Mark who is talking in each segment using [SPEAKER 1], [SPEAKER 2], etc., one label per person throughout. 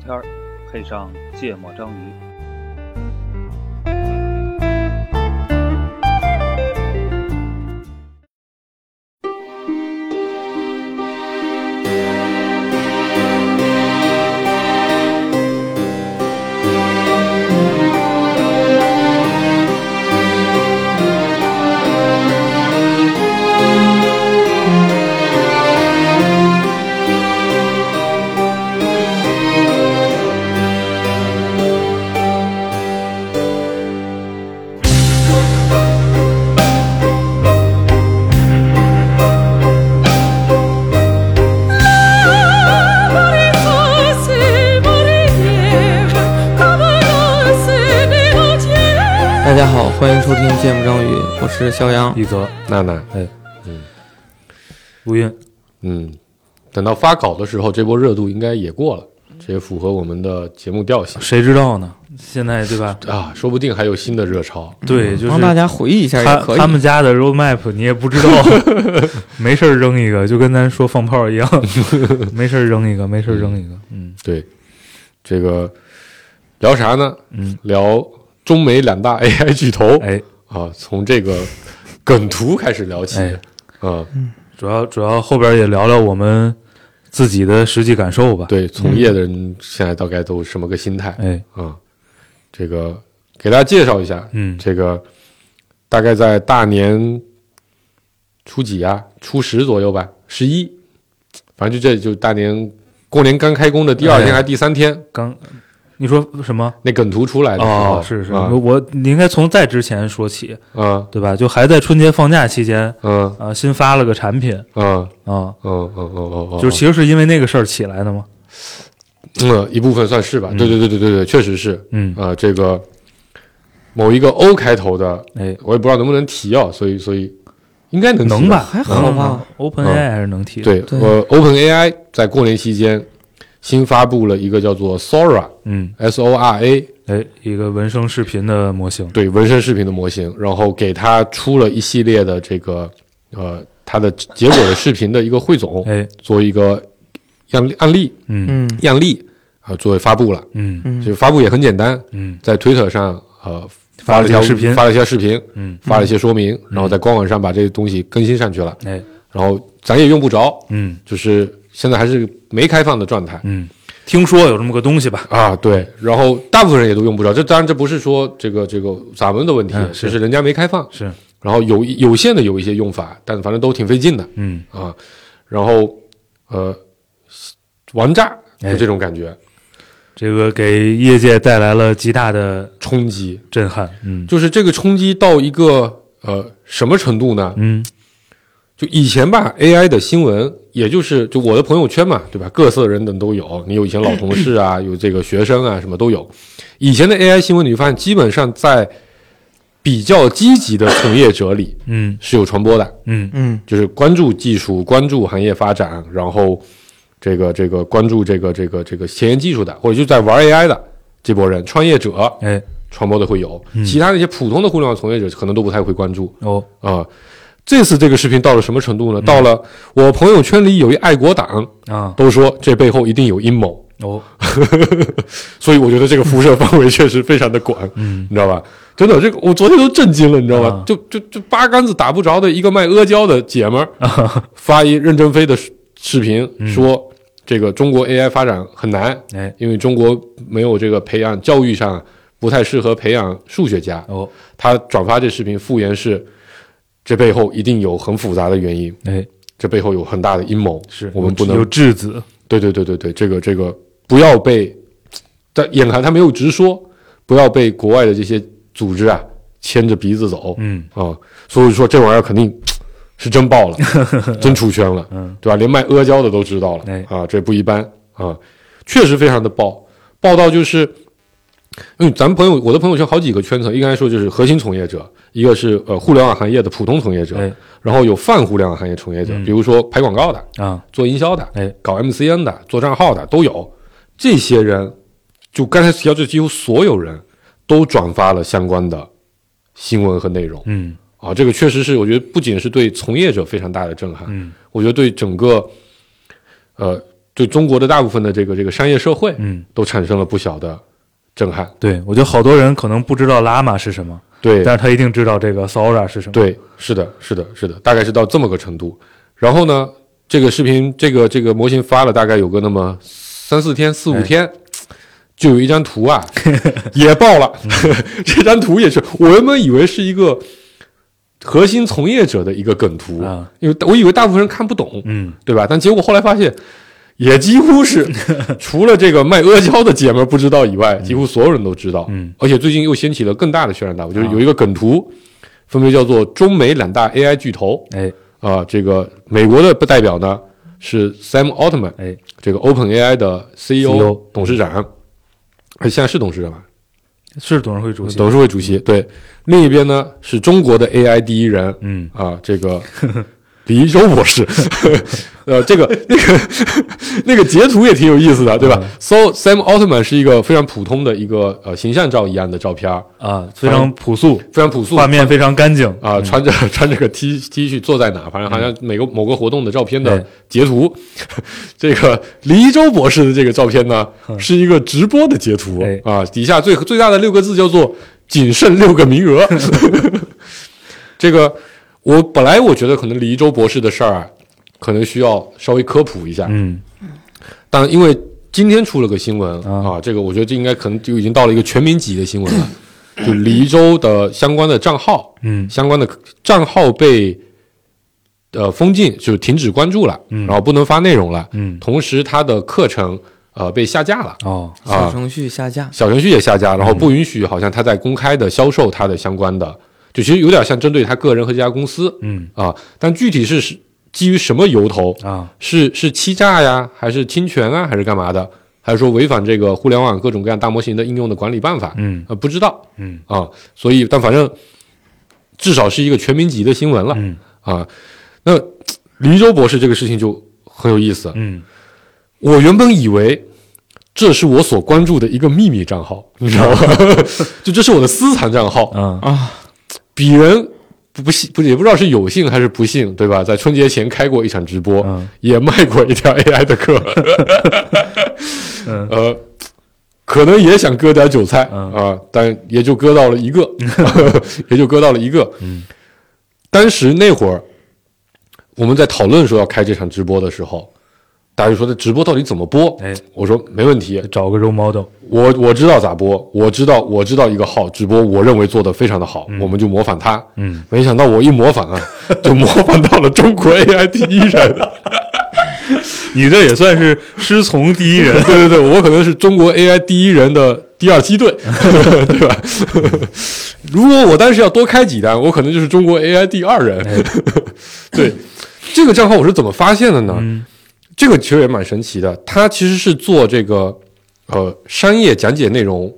[SPEAKER 1] 天儿，配上芥末章鱼。
[SPEAKER 2] 大家好，欢迎收听《芥末章鱼》，我是肖央。
[SPEAKER 3] 一泽，
[SPEAKER 4] 娜娜，
[SPEAKER 3] 哎，嗯，录音，
[SPEAKER 4] 嗯，等到发稿的时候，这波热度应该也过了，
[SPEAKER 3] 嗯
[SPEAKER 4] 这也符合我们的节目调性
[SPEAKER 3] 谁知道呢？现在对吧？
[SPEAKER 4] 啊，说不定还有新的热潮。
[SPEAKER 3] 对，就是
[SPEAKER 2] 帮大家回忆一下
[SPEAKER 3] 他
[SPEAKER 2] 也可以。
[SPEAKER 3] 他们家的 roadmap 你也不 知道，没事儿扔一个，就跟咱说放炮一样， 没事儿扔一个，没事儿扔一个，嗯
[SPEAKER 4] 对，这个聊啥呢？
[SPEAKER 3] 嗯，
[SPEAKER 4] 聊中美两大 AI 巨头。
[SPEAKER 3] 哎，
[SPEAKER 4] 啊，从这个梗图开始聊起。
[SPEAKER 3] 哎
[SPEAKER 4] 啊，
[SPEAKER 3] 主要主要后边也聊聊我们自己的实际感受吧。，
[SPEAKER 4] 对，从业的
[SPEAKER 3] 嗯
[SPEAKER 4] 人现在大概都什么个心态？
[SPEAKER 3] 哎，
[SPEAKER 4] 啊，这个给大家介绍一下，
[SPEAKER 3] 嗯
[SPEAKER 4] 这个大概在大年初几啊？初十左右吧，十一，反正就这就大年过年刚开工的第二
[SPEAKER 3] 哎
[SPEAKER 4] 天还是第三天，
[SPEAKER 3] 刚你说什么？
[SPEAKER 4] 那梗图出
[SPEAKER 2] 哎
[SPEAKER 4] 来的时候，
[SPEAKER 3] 哦，是是，
[SPEAKER 4] 啊
[SPEAKER 3] 我我你应该从再之前说起，
[SPEAKER 4] 嗯
[SPEAKER 3] 对吧？就还在春节放假期间，
[SPEAKER 4] 嗯
[SPEAKER 3] 啊，新发了个产品
[SPEAKER 4] 嗯
[SPEAKER 3] 啊，
[SPEAKER 2] 哦
[SPEAKER 4] 嗯嗯嗯嗯嗯，
[SPEAKER 3] 就是其实是因为那个事儿起来的嘛。
[SPEAKER 4] 嗯一部分算是吧，对对对对对对，确实是，
[SPEAKER 3] 嗯，
[SPEAKER 4] 啊，这个某一个 O 开头的，
[SPEAKER 3] 哎，
[SPEAKER 4] 我也不知道能不能提啊，所以所以应该能提
[SPEAKER 3] 能吧？
[SPEAKER 2] 还好吧
[SPEAKER 3] ？Open AI 还是能提。，
[SPEAKER 4] 对，
[SPEAKER 2] 对
[SPEAKER 4] 呃，OpenAI 在过年期间新发布了一个叫做 Sora
[SPEAKER 3] 嗯，
[SPEAKER 4] S O R A
[SPEAKER 3] 哎，一个文生视频的模型。
[SPEAKER 4] 对纹身视频的模型，然后给它出了一系列的这个呃它的结果的视频的一个汇总，
[SPEAKER 3] 哎，
[SPEAKER 4] 做一个样例案例
[SPEAKER 3] 嗯
[SPEAKER 2] 嗯
[SPEAKER 4] 样例啊作为发布了。
[SPEAKER 3] 嗯
[SPEAKER 4] 就
[SPEAKER 2] 嗯，
[SPEAKER 4] 发布也很简单，
[SPEAKER 3] 嗯
[SPEAKER 4] 在 Twitter 上呃
[SPEAKER 3] 发了
[SPEAKER 4] 了一
[SPEAKER 3] 条
[SPEAKER 4] 条
[SPEAKER 3] 视频
[SPEAKER 4] 发了一条视频，
[SPEAKER 3] 嗯，
[SPEAKER 4] 发了一些说明，然后在官网上把这个东西更新上去了，
[SPEAKER 3] 哎，
[SPEAKER 4] 然后咱也用不着，
[SPEAKER 3] 嗯
[SPEAKER 4] 就是现在还是没开放的状态。
[SPEAKER 3] 嗯，听说有这么个东西吧？
[SPEAKER 4] 啊，对，然后大部分人也都用不着，这当然这不是说这个这个咱们的问题，
[SPEAKER 3] 嗯是
[SPEAKER 4] 只是人家没开放，
[SPEAKER 3] 是，
[SPEAKER 4] 然后有有限的有一些用法，但反正都挺费劲的
[SPEAKER 3] 嗯
[SPEAKER 4] 啊。然后呃，玩炸
[SPEAKER 3] 哎
[SPEAKER 4] 就这种感觉，
[SPEAKER 3] 这个给业界带来了极大的
[SPEAKER 4] 冲击
[SPEAKER 3] 震撼。嗯
[SPEAKER 4] 就是这个冲击到一个呃什么程度呢？
[SPEAKER 3] 嗯
[SPEAKER 4] 就以前吧，AI 的新闻，也就是就我的朋友圈嘛，对吧？各色人等都有，你有以前老同事啊，有这个学生啊，什么都有。以前的 AI 新闻，你会发现基本上在比较积极的从业者里
[SPEAKER 3] 嗯
[SPEAKER 4] 是有传播的，
[SPEAKER 3] 嗯
[SPEAKER 2] 嗯
[SPEAKER 4] 就是关注技术、关注行业发展，然后这个这个关注这个这个这个前沿技术的，或者就在玩 AI 的这波人，创业者
[SPEAKER 3] 哎
[SPEAKER 4] 传播的会有，
[SPEAKER 3] 嗯
[SPEAKER 4] 其他那些普通的互联网从业者可能都不太会关注。
[SPEAKER 3] 哦
[SPEAKER 4] 啊、这次这个视频到了什么程
[SPEAKER 3] 嗯
[SPEAKER 4] 度呢？到了我朋友圈里有一爱国党
[SPEAKER 3] 啊
[SPEAKER 4] 都说这背后一定有阴谋，
[SPEAKER 3] 哦
[SPEAKER 4] 所以我觉得这个辐射范围确实非常的广，
[SPEAKER 3] 嗯
[SPEAKER 4] 你知道吧？真的，这个我昨天都震惊了，你知道吧？
[SPEAKER 3] 啊
[SPEAKER 4] 就就就八竿子打不着的一个卖阿胶的姐们儿、
[SPEAKER 3] 嗯
[SPEAKER 4] 发一任正非的视视频，说这个中国 AI 发展很难，
[SPEAKER 3] 哎
[SPEAKER 4] 因为中国没有这个培养教育上不太适合培养数学家。
[SPEAKER 3] 哦
[SPEAKER 4] 他转发这视频复言是，这背后一定有很复杂的原因，
[SPEAKER 3] 哎
[SPEAKER 4] 这背后有很大的阴谋，
[SPEAKER 3] 是
[SPEAKER 4] 我们不
[SPEAKER 3] 有
[SPEAKER 4] 能
[SPEAKER 3] 质子
[SPEAKER 4] 对对对对对，这个这个不要被，但眼看他没有直说，不要被国外的这些组织啊牵着鼻子走，
[SPEAKER 3] 嗯
[SPEAKER 4] 啊，所以说这玩意儿肯定是真 爆了，真出圈了，
[SPEAKER 3] 嗯
[SPEAKER 4] 对吧？连卖阿胶的都知道了
[SPEAKER 3] 哎，
[SPEAKER 4] 啊，这不一般啊，确实非常的爆，爆到就是，因为咱们朋友，我的朋友圈好几个圈层，应该说就是核心从业者，一个是呃互联网行业的普通从业者，
[SPEAKER 3] 哎
[SPEAKER 4] 然后有泛互联网行业从业者，比如说拍广告的、
[SPEAKER 3] 啊
[SPEAKER 4] 做营销的、
[SPEAKER 3] 哎
[SPEAKER 4] 搞 MCN 的、做账号的都有，这些人就刚才提到，这几乎所有人都转发了相关的新闻和内容。
[SPEAKER 3] 嗯
[SPEAKER 4] 啊，这个确实是，我觉得不仅是对从业者非常大的震撼，
[SPEAKER 3] 嗯
[SPEAKER 4] 我觉得对整个呃对中国的大部分的这个这个商业社会
[SPEAKER 3] 嗯，
[SPEAKER 4] 都产生了不小的震撼。
[SPEAKER 3] 对，我觉得好多人可能不知道拉玛是什么，
[SPEAKER 4] 对，
[SPEAKER 3] 但是他一定知道这个 Sora 是什么。，
[SPEAKER 4] 对，是的，是的，是的，大概是到这么个程度。然后呢，这个视频，这个这个模型发了大概有个那么三四天、四五
[SPEAKER 3] 哎
[SPEAKER 4] 天，就有一张图啊， 也爆了。 这张图也是，我原本以为是一个核心从业者的一个梗图，
[SPEAKER 3] 啊
[SPEAKER 4] 因为我以为大部分人看不懂，
[SPEAKER 3] 嗯，
[SPEAKER 4] 对吧？但结果后来发现。也几 乎是，除了这个卖阿胶的姐们儿不知道以外，几乎所有人都知道。
[SPEAKER 3] 嗯，
[SPEAKER 4] 而且最近又掀起了更大的轩然大波，就是
[SPEAKER 3] 啊
[SPEAKER 4] 有一个梗图，分别叫做中美两大 AI 巨头
[SPEAKER 3] 哎
[SPEAKER 4] 啊、这个美国的代表呢是 Sam Altman，
[SPEAKER 3] 哎，E
[SPEAKER 4] 这个 OpenAI 的 CEO,
[SPEAKER 3] CEO
[SPEAKER 4] 董事长，哎现在是董事长吧？
[SPEAKER 3] 是董事会主席。
[SPEAKER 4] 董事会主席。对，另一边呢是中国的 AI 第一人啊、
[SPEAKER 3] 嗯，
[SPEAKER 4] 这个李一舟博士。 呃，这个那个那个截图也挺有意思的，对吧、s o Sam Altman 是一个非常普通的一个呃形象照一样的照片儿，
[SPEAKER 3] 啊，非常朴素，
[SPEAKER 4] 非常朴素，
[SPEAKER 3] 画面非常干净
[SPEAKER 4] 啊、穿着 穿着个 T T 恤坐在哪，反正好像每个某个活动的照片的
[SPEAKER 3] 嗯对
[SPEAKER 4] 截图。 这个李一舟博士的这个照片呢，是一个直播的截图
[SPEAKER 3] 嗯哎
[SPEAKER 4] 啊、底下最最大的六个字叫做“仅剩六个 名额” 。这个我本来我觉得可能李一舟博士的事儿啊，可能需要稍微科普一下，
[SPEAKER 3] 嗯
[SPEAKER 4] 但因为今天出了个新闻
[SPEAKER 3] 啊
[SPEAKER 4] 啊，这个我觉得这应该可能就已经到了一个全民级的新闻了， 就李一舟的相关的账号。
[SPEAKER 3] 嗯
[SPEAKER 4] 相关的账号被呃封禁，就是停止关注了，
[SPEAKER 3] 嗯
[SPEAKER 4] 然后不能发内容了。
[SPEAKER 3] 嗯，
[SPEAKER 4] 同时，他的课程呃被下架了，
[SPEAKER 3] 哦，
[SPEAKER 4] 啊
[SPEAKER 2] 小程序下架，
[SPEAKER 4] 小程序也下架，然后不允许好像他在公开的销售他的相关的，就其实有点像针对他个人和这家公司
[SPEAKER 3] 嗯
[SPEAKER 4] 啊、但具体是是基于什么由头，
[SPEAKER 3] 啊，
[SPEAKER 4] 是是欺诈呀，还是侵权啊，还是干嘛的？还是说违反这个互联网各种各样大模型的应用的管理办法？
[SPEAKER 3] 嗯
[SPEAKER 4] 呃，不知道，
[SPEAKER 3] 嗯
[SPEAKER 4] 啊，所以但反正至少是一个全民级的新闻了，
[SPEAKER 3] 嗯
[SPEAKER 4] 啊，那嘖黎州博士这个事情就很有意思。
[SPEAKER 3] 嗯，
[SPEAKER 4] 我原本以为这是我所关注的一个秘密账号，你知道吗？ 就这是我的私藏账号，
[SPEAKER 3] 啊
[SPEAKER 4] 鄙人不不信不也不知道是有幸还是不幸，对吧？在春节前开过一场直播，
[SPEAKER 3] 嗯
[SPEAKER 4] 也卖过一条 AI 的课，
[SPEAKER 3] 嗯
[SPEAKER 4] 呃，可能也想割点韭菜啊、
[SPEAKER 3] 嗯
[SPEAKER 4] 但也就割到了 一个，也就割到了一个。
[SPEAKER 3] 嗯
[SPEAKER 4] 当时那会儿我们在讨论说要开这场直播的时候，大家就说这直播到底怎么播？
[SPEAKER 3] 哎，
[SPEAKER 4] 我说没问题，
[SPEAKER 3] 找个 role model，
[SPEAKER 4] 我我知道咋播，我知道我知道一个号直播，我认为做的非常的好，我们就模仿他。
[SPEAKER 3] 嗯，
[SPEAKER 4] 没想到我一模仿啊，就模仿到了中国 AI 第一人。
[SPEAKER 3] 你这也算是师从第一人，
[SPEAKER 4] 对对对，我可能是中国 AI 第一人的第二梯队， 对吧？ 如果我当时要多开几单，我可能就是中国 AI 第二人。 对，这个账号我是怎么发现的呢？这个其实也蛮神奇的，它其实是做这个呃商业讲解内容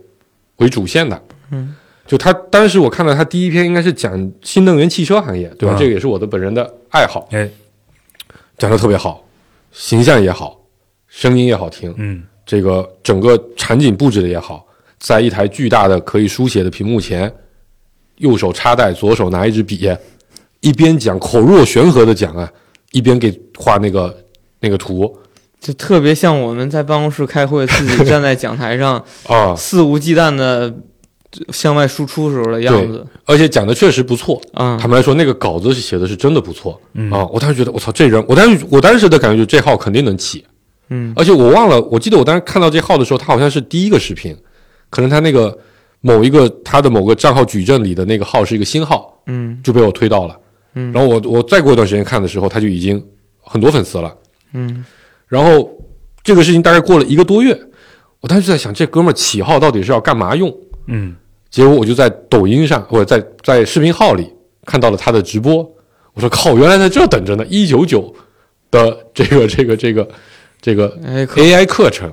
[SPEAKER 4] 为主线的。
[SPEAKER 2] 嗯，
[SPEAKER 4] 就他当时我看到他第一篇应该是讲新能源汽车行业，对吧？
[SPEAKER 3] 啊
[SPEAKER 4] 这个也是我的本人的爱好，
[SPEAKER 3] 哎，
[SPEAKER 4] 讲的特别好，形象也好，声音也好听。
[SPEAKER 3] 嗯
[SPEAKER 4] 这个整个场景布置的也好，在一台巨大的可以书写的屏幕前，右手插袋，左手拿一支笔，一边讲口若悬河的讲啊，一边给画那个那个图
[SPEAKER 2] 就特别像我们在办公室开会，自己站在讲台上
[SPEAKER 4] 啊，
[SPEAKER 2] 肆无忌惮的向外输出时候的样子
[SPEAKER 4] 而且讲的确实不错。
[SPEAKER 2] 啊
[SPEAKER 4] 坦白说，那个稿子是写的是真的不错、
[SPEAKER 3] 嗯
[SPEAKER 4] 啊！我当时觉得，我操，这人，我当时我当时的感觉就是这号肯定能起，
[SPEAKER 2] 嗯
[SPEAKER 4] 而且我忘了，我记得我当时看到这号的时候，他好像是第一个视频，可能他那个某一个他的某个账号矩阵里的那个号是一个新号，
[SPEAKER 2] 嗯
[SPEAKER 4] 就被我推到了。
[SPEAKER 2] 嗯
[SPEAKER 4] 然后我我再过一段时间看的时候，他就已经很多粉丝了。
[SPEAKER 2] 嗯
[SPEAKER 4] 然后这个事情大概过了一个多月，我当时就在想，这哥们儿起号到底是要干嘛用？
[SPEAKER 3] 嗯
[SPEAKER 4] 结果我就在抖音上或者在在视频号里看到了他的直播，我说靠，原来在这等着呢，一九九的这个这个这个这个
[SPEAKER 2] 哎可
[SPEAKER 4] AI 课程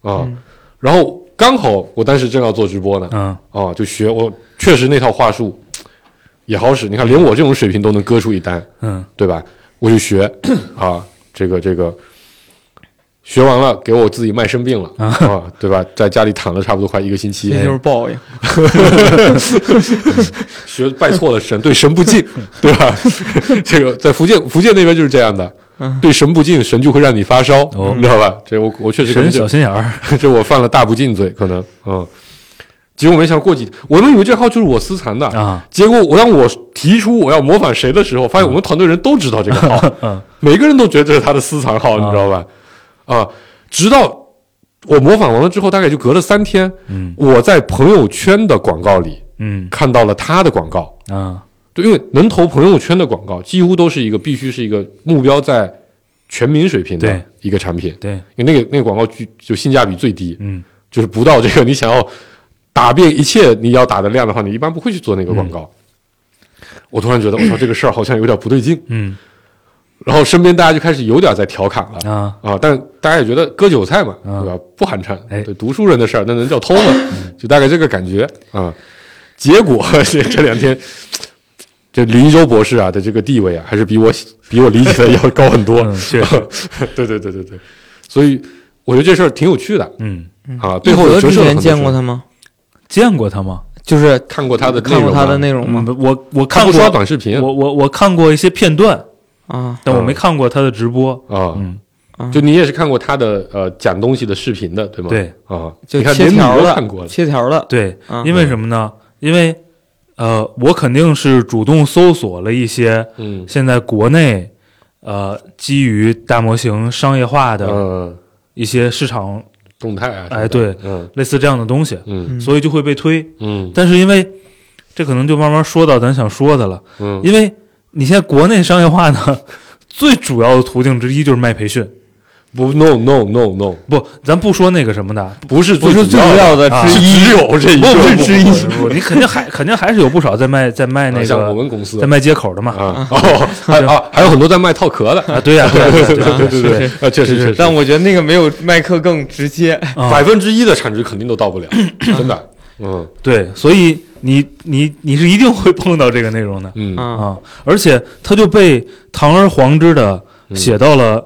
[SPEAKER 4] 啊，然后刚好我当时正要做直播呢，
[SPEAKER 3] 嗯，
[SPEAKER 4] 啊，就学我确实那套话术也好使，你看连我这种水平都能割出一单，
[SPEAKER 3] 嗯，
[SPEAKER 4] 对吧？我就学啊，这个这个，学完了给我自己卖生病了啊，对吧？在家里躺了差不多快一个星期，
[SPEAKER 2] 这就是报应
[SPEAKER 4] 啊 学拜错了神，对神不敬，对吧？这个在福建福建那边就是这样的对神不敬，神就会让你发烧，
[SPEAKER 3] 嗯哦
[SPEAKER 4] 你知道吧？这我我确实可能
[SPEAKER 3] 神
[SPEAKER 4] 就
[SPEAKER 3] 小心眼 儿，
[SPEAKER 4] 这我犯了大不敬罪，可能嗯。结果没想到过几，我们以为这号就是我私藏的
[SPEAKER 3] 啊。
[SPEAKER 4] 结果我当我提出我要模仿谁的时候，发现我们团队人都知道这个号，
[SPEAKER 3] 嗯
[SPEAKER 4] 每个人都觉得这是他的私藏号，
[SPEAKER 3] 啊
[SPEAKER 4] 你知道吧？啊，直到我模仿完了之后，大概就隔了三天，
[SPEAKER 3] 嗯
[SPEAKER 4] 我在朋友圈的广告里
[SPEAKER 3] 嗯
[SPEAKER 4] 看到了他的广告。
[SPEAKER 3] 啊
[SPEAKER 4] 对，因为能投朋友圈的广告，几乎都是一个必须是一个目标在全民水平
[SPEAKER 3] 对
[SPEAKER 4] 的一个产品，
[SPEAKER 3] 对，
[SPEAKER 4] 因为那个那个广告就就性价比最低，
[SPEAKER 3] 嗯
[SPEAKER 4] 就是不到这个你想要打遍一切你要打的量的话，你一般不会去做那个广告。我突然觉得，我操，这个事儿好像有点不对劲，
[SPEAKER 3] 嗯
[SPEAKER 4] 然后身边大家就开始有点在调侃了。
[SPEAKER 3] 啊
[SPEAKER 4] 啊，但大家也觉得割韭菜嘛，
[SPEAKER 3] 啊
[SPEAKER 4] 对吧？不寒碜，
[SPEAKER 3] 哎
[SPEAKER 4] 对读书人的事儿，那能叫偷吗？就大概这个感觉啊。结果 这这两天，这李一舟博士啊的这个地位啊，还是比我比我理解的 要高很多。
[SPEAKER 3] 嗯确 实
[SPEAKER 4] 对对对对对，所以我觉得这事儿挺有趣的
[SPEAKER 3] 嗯，
[SPEAKER 4] 啊。
[SPEAKER 2] 一
[SPEAKER 4] 背后
[SPEAKER 2] 泽
[SPEAKER 4] 折
[SPEAKER 2] 之
[SPEAKER 4] 射了很
[SPEAKER 2] 前
[SPEAKER 4] 多
[SPEAKER 2] 见过
[SPEAKER 4] 事儿，
[SPEAKER 2] 他吗？
[SPEAKER 3] 见过他吗？
[SPEAKER 2] 就是
[SPEAKER 4] 看过他的内
[SPEAKER 2] 看过
[SPEAKER 4] 容
[SPEAKER 2] 他的
[SPEAKER 4] 吗
[SPEAKER 2] 内容吗？
[SPEAKER 3] 嗯我我
[SPEAKER 4] 他
[SPEAKER 3] 看
[SPEAKER 4] 不
[SPEAKER 3] 过
[SPEAKER 4] 刷短视频啊
[SPEAKER 3] 我我我看过一些片段，
[SPEAKER 2] 啊，
[SPEAKER 4] 嗯
[SPEAKER 3] 但我没看过他的直播。
[SPEAKER 4] 啊。
[SPEAKER 3] 嗯，
[SPEAKER 2] 啊
[SPEAKER 4] 就你也是看过他的呃讲东西的视频的，对吗？
[SPEAKER 3] 对
[SPEAKER 4] 啊，
[SPEAKER 2] 就
[SPEAKER 4] 你看
[SPEAKER 2] 切
[SPEAKER 4] 连你
[SPEAKER 2] 条
[SPEAKER 4] 都看过
[SPEAKER 2] 的，
[SPEAKER 4] 了，
[SPEAKER 2] 切条的，
[SPEAKER 3] 对，
[SPEAKER 4] 嗯
[SPEAKER 2] 啊
[SPEAKER 3] 因为什么呢？因为呃，我肯定是主动搜索了一些
[SPEAKER 4] 嗯
[SPEAKER 3] 现在国内呃基于大模型商业化的
[SPEAKER 4] 嗯，
[SPEAKER 3] 一些市场
[SPEAKER 4] 动态啊，
[SPEAKER 3] 哎对，
[SPEAKER 4] 嗯
[SPEAKER 3] 类似这样的东西，
[SPEAKER 4] 嗯
[SPEAKER 2] 嗯
[SPEAKER 3] 所以就会被推。
[SPEAKER 4] 嗯
[SPEAKER 3] 但是因为这可能就慢慢说到咱想说的了，
[SPEAKER 4] 嗯，
[SPEAKER 3] 因为你现在国内商业化呢，最主要的途径之一就是卖培训。
[SPEAKER 4] 不，no no no no，
[SPEAKER 3] 不，咱不说那个什么的，
[SPEAKER 4] 不是
[SPEAKER 2] 不是最重要的
[SPEAKER 3] 啊
[SPEAKER 2] 之一，
[SPEAKER 4] 只有这一个，啊
[SPEAKER 2] 不是之
[SPEAKER 3] 不
[SPEAKER 2] 一
[SPEAKER 3] 是不是你肯定还肯定还是有不少在卖在卖那
[SPEAKER 4] 像我
[SPEAKER 3] 个
[SPEAKER 4] 们公司
[SPEAKER 3] 在
[SPEAKER 4] 啊，
[SPEAKER 3] 卖接口的嘛。
[SPEAKER 4] 哦，还啊，还有很多在卖套壳的，
[SPEAKER 3] 啊，对呀，对呀，对呀
[SPEAKER 4] 对
[SPEAKER 3] 对
[SPEAKER 4] 对
[SPEAKER 3] 呀
[SPEAKER 4] 对，啊，确实确实，
[SPEAKER 2] 但我觉得那个没有麦克更直接。
[SPEAKER 3] 啊
[SPEAKER 4] 百分之一的产值肯定都到不了，真的，嗯
[SPEAKER 3] 对，所以你你你是一定会碰到这个内容的
[SPEAKER 4] 嗯
[SPEAKER 2] 啊
[SPEAKER 3] 啊，而且它就被堂而皇之的写到了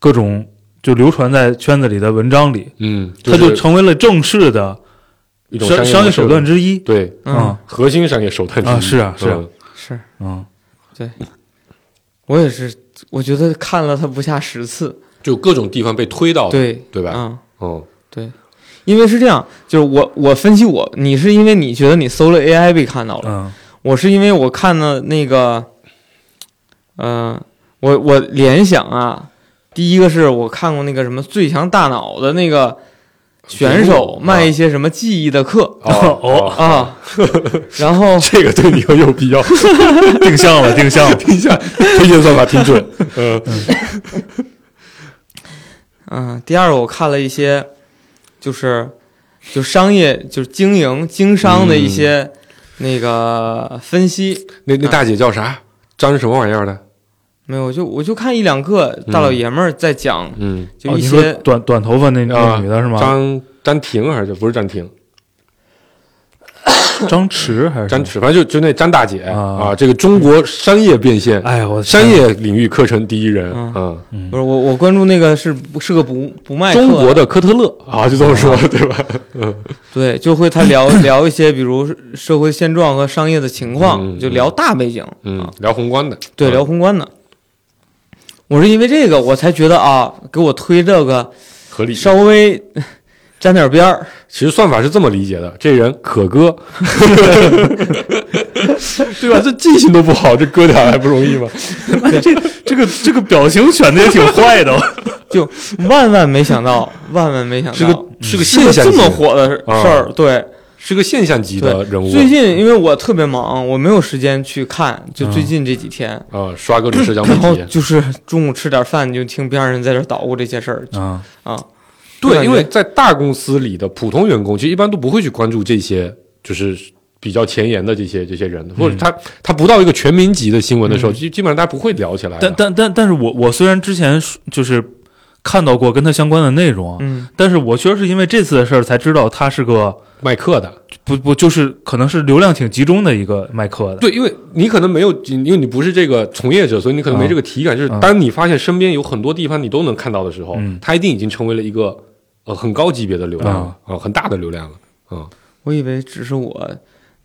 [SPEAKER 3] 各种就流传在圈子里的文章里，
[SPEAKER 4] 嗯，
[SPEAKER 3] 它就是成为了正式的
[SPEAKER 4] 一种
[SPEAKER 3] 商商
[SPEAKER 4] 业
[SPEAKER 3] 业
[SPEAKER 4] 模
[SPEAKER 3] 手
[SPEAKER 4] 式
[SPEAKER 3] 段，之一。
[SPEAKER 4] 对，
[SPEAKER 2] 嗯，
[SPEAKER 3] 啊
[SPEAKER 4] 核心商业手段之一
[SPEAKER 3] 啊是啊是啊
[SPEAKER 4] 嗯
[SPEAKER 2] 是
[SPEAKER 3] 嗯
[SPEAKER 2] 我也是，我觉得看了他不下十次。
[SPEAKER 4] 就各种地方被推到，
[SPEAKER 2] 对
[SPEAKER 4] 哦对吧？
[SPEAKER 2] 嗯，
[SPEAKER 4] 嗯
[SPEAKER 2] 对，因为是这样，就是我我分析我，你是因为你觉得你搜了 AI 被看到了，
[SPEAKER 3] 嗯
[SPEAKER 2] 我是因为我看了那个，呃，我我联想啊，第一个是我看过那个什么《最强大脑》的那个选手
[SPEAKER 4] 啊
[SPEAKER 2] 卖一些什么记忆的课
[SPEAKER 4] 哦
[SPEAKER 3] 哦，
[SPEAKER 2] 啊，然后
[SPEAKER 4] 这个对你很有必要，
[SPEAKER 3] 定向 了，定向了。
[SPEAKER 4] 听一下推荐算法挺 准，嗯
[SPEAKER 2] 嗯，第二个我看了一些，就是就商业就是经营经商的一些那个分析，
[SPEAKER 4] 那那大姐叫啥？张什么玩意儿的？
[SPEAKER 2] 没有，我就我就看一两个大老爷们儿在讲，
[SPEAKER 4] 嗯，
[SPEAKER 2] 就
[SPEAKER 3] 哦
[SPEAKER 2] 一
[SPEAKER 3] 你说
[SPEAKER 2] 些、
[SPEAKER 3] 短短头发那那
[SPEAKER 4] 啊
[SPEAKER 3] 女的是吗？
[SPEAKER 4] 张张婷还是不是张婷？
[SPEAKER 3] 张弛还是
[SPEAKER 4] 张弛，反正就就那张大姐
[SPEAKER 3] 啊
[SPEAKER 4] 啊，这个中国商业变现，
[SPEAKER 3] 哎呀，我的
[SPEAKER 4] 商
[SPEAKER 3] 天
[SPEAKER 4] 业领域课程第一人
[SPEAKER 2] 嗯
[SPEAKER 4] 啊，
[SPEAKER 2] 不是我我关注那个是是个不不卖课
[SPEAKER 4] 中国的科特勒
[SPEAKER 3] 嗯
[SPEAKER 4] 啊，就这么说对吧？
[SPEAKER 2] 对，就会他 聊聊一些比如社会现状和商业的情况，
[SPEAKER 4] 嗯
[SPEAKER 2] 就聊大背景，
[SPEAKER 4] 嗯，聊宏观的，
[SPEAKER 2] 对，
[SPEAKER 4] 嗯
[SPEAKER 2] 聊宏观的。我是因为这个，我才觉得啊，给我推这个
[SPEAKER 4] 合理。
[SPEAKER 2] 稍微沾点边儿，
[SPEAKER 4] 其实算法是这么理解的：这人可割， 对吧？这记性都不好，这割点儿还不容易吗？
[SPEAKER 3] 这个这个表情选的也挺坏 的，
[SPEAKER 2] 就万万没想到，万万没想
[SPEAKER 4] 是
[SPEAKER 2] 到
[SPEAKER 4] 个，是个
[SPEAKER 2] 是个
[SPEAKER 4] 现象
[SPEAKER 2] 这
[SPEAKER 4] 级
[SPEAKER 2] 么，火的事儿，对
[SPEAKER 4] 是个现象级的人
[SPEAKER 2] 对。
[SPEAKER 4] 物。啊嗯
[SPEAKER 2] 最近因为我特别忙，我没有时间去看，就
[SPEAKER 3] 嗯
[SPEAKER 2] 最近这几天，
[SPEAKER 4] 啊，刷各种社交媒
[SPEAKER 2] 然后
[SPEAKER 4] 体，
[SPEAKER 2] 就是中午吃点饭，就听边上人在这儿捣鼓这些事儿
[SPEAKER 4] 嗯
[SPEAKER 3] 啊，
[SPEAKER 2] 啊。就感
[SPEAKER 4] 对，
[SPEAKER 2] 觉
[SPEAKER 4] 因为在大公司里的普通员工，其实一般都不会去关注这些，就是比较前沿的这些这些人，或者
[SPEAKER 2] 嗯
[SPEAKER 4] 他他不到一个全民级的新闻的时候，基、基本上大家不会聊起来的。
[SPEAKER 3] 但但但但是我我虽然之前就是看到过跟他相关的内容啊，
[SPEAKER 2] 嗯，
[SPEAKER 3] 但是我确实是因为这次的事儿才知道他是个
[SPEAKER 4] 卖课的，
[SPEAKER 3] 不不就是可能是流量挺集中的一个卖课的，
[SPEAKER 4] 对，因为你可能没有，因为你不是这个从业者，所以你可能没这个体感。就是
[SPEAKER 3] 嗯
[SPEAKER 4] 当你发现身边有很多地方你都能看到的时候，
[SPEAKER 3] 嗯
[SPEAKER 4] 它一定已经成为了一个呃嗯呃很高级别的流量了，啊、很大的流量了。嗯，
[SPEAKER 2] 我以为只是我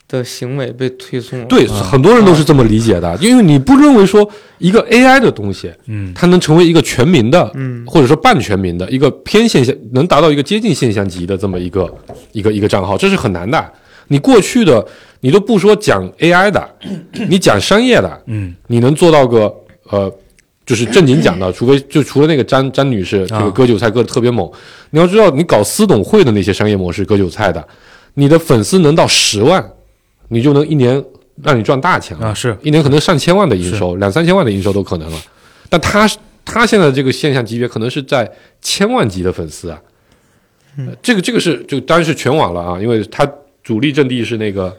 [SPEAKER 2] 的行为被推送了。
[SPEAKER 4] 对，很多人都是这么理解的，因为你不认为说一个 AI 的东西，
[SPEAKER 3] 嗯
[SPEAKER 4] 它能成为一个全民的，
[SPEAKER 2] 嗯
[SPEAKER 4] 或者说半全民的一个偏现象，能达到一个接近现象级的这么一个一个一个账号，这是很难的。你过去的你都不说讲 AI 的，你讲商业 的，
[SPEAKER 3] 嗯
[SPEAKER 4] 你能做到个呃，就是正经讲的，除非就除了那个詹詹女士这
[SPEAKER 3] 啊
[SPEAKER 4] 个割韭菜割的特别猛，你要知道，你搞私董会的那些商业模式割韭菜的，你的粉丝能到十万，你就能一年让你赚大钱了，
[SPEAKER 3] 啊是
[SPEAKER 4] 一年可能上千万的营收，两三千万的营收都可能了。但他他现在这个现象级别可能是在千万级的粉丝啊，呃这个这个是就当然是全网了啊，因为他主力阵地是那个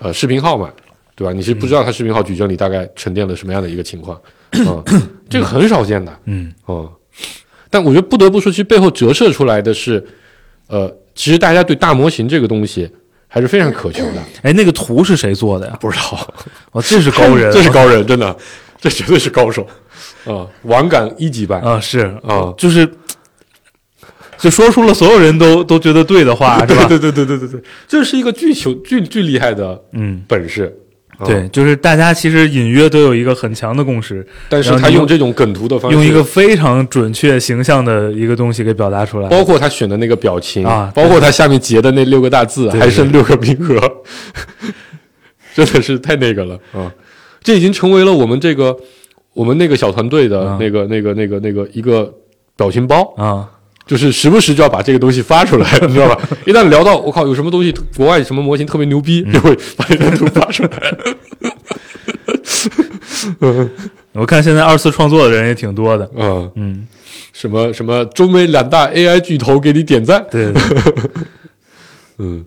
[SPEAKER 4] 呃视频号嘛，对吧？你是不知道他视频号矩阵里大概沉淀了什么样的一个情况，嗯，这个很少见的，
[SPEAKER 3] 嗯
[SPEAKER 4] 嗯，但我觉得不得不说，其实背后折射出来的是，呃，其实大家对大模型这个东西还是非常渴求的。
[SPEAKER 3] 哎那个图是谁做的呀？
[SPEAKER 4] 不知道，
[SPEAKER 3] 哦，这是高人，嗯
[SPEAKER 4] 这是高人，真的，这绝对是高手啊、网感一级棒。
[SPEAKER 3] 啊是
[SPEAKER 4] 啊
[SPEAKER 3] 就是就说出了所有人都都觉得对的话是吧？
[SPEAKER 4] 对对对对对对，这是一个巨球巨巨厉害的
[SPEAKER 3] 嗯。
[SPEAKER 4] 本事。啊
[SPEAKER 3] 对，就是大家其实隐约都有一个很强的共识，
[SPEAKER 4] 但是
[SPEAKER 3] 然后
[SPEAKER 4] 他
[SPEAKER 3] 你
[SPEAKER 4] 用
[SPEAKER 3] 用
[SPEAKER 4] 这种梗图的方式，
[SPEAKER 3] 用一个非常准确、形象的一个东西给表达出来。
[SPEAKER 4] 包括他选的那个表情
[SPEAKER 3] 啊
[SPEAKER 4] 包括他下面截的那六个大字，
[SPEAKER 3] 对对
[SPEAKER 4] 还剩六个名额， 真的是太那个了
[SPEAKER 3] 嗯
[SPEAKER 4] 啊！这已经成为了我们这个我们那个小团队的
[SPEAKER 3] 啊
[SPEAKER 4] 那个、那个那个那个一个表情包，
[SPEAKER 3] 啊，
[SPEAKER 4] 就是时不时就要把这个东西发出来， 你知道吧？一旦聊到我靠有什么东西，国外什么模型特别牛逼，就会把这张图发出来。
[SPEAKER 3] 我看现在二次创作的人也挺多的。
[SPEAKER 4] 嗯，
[SPEAKER 3] 嗯，
[SPEAKER 4] 什么什么中美两大 AI 巨头给你点赞，
[SPEAKER 3] 对，对对
[SPEAKER 4] 嗯，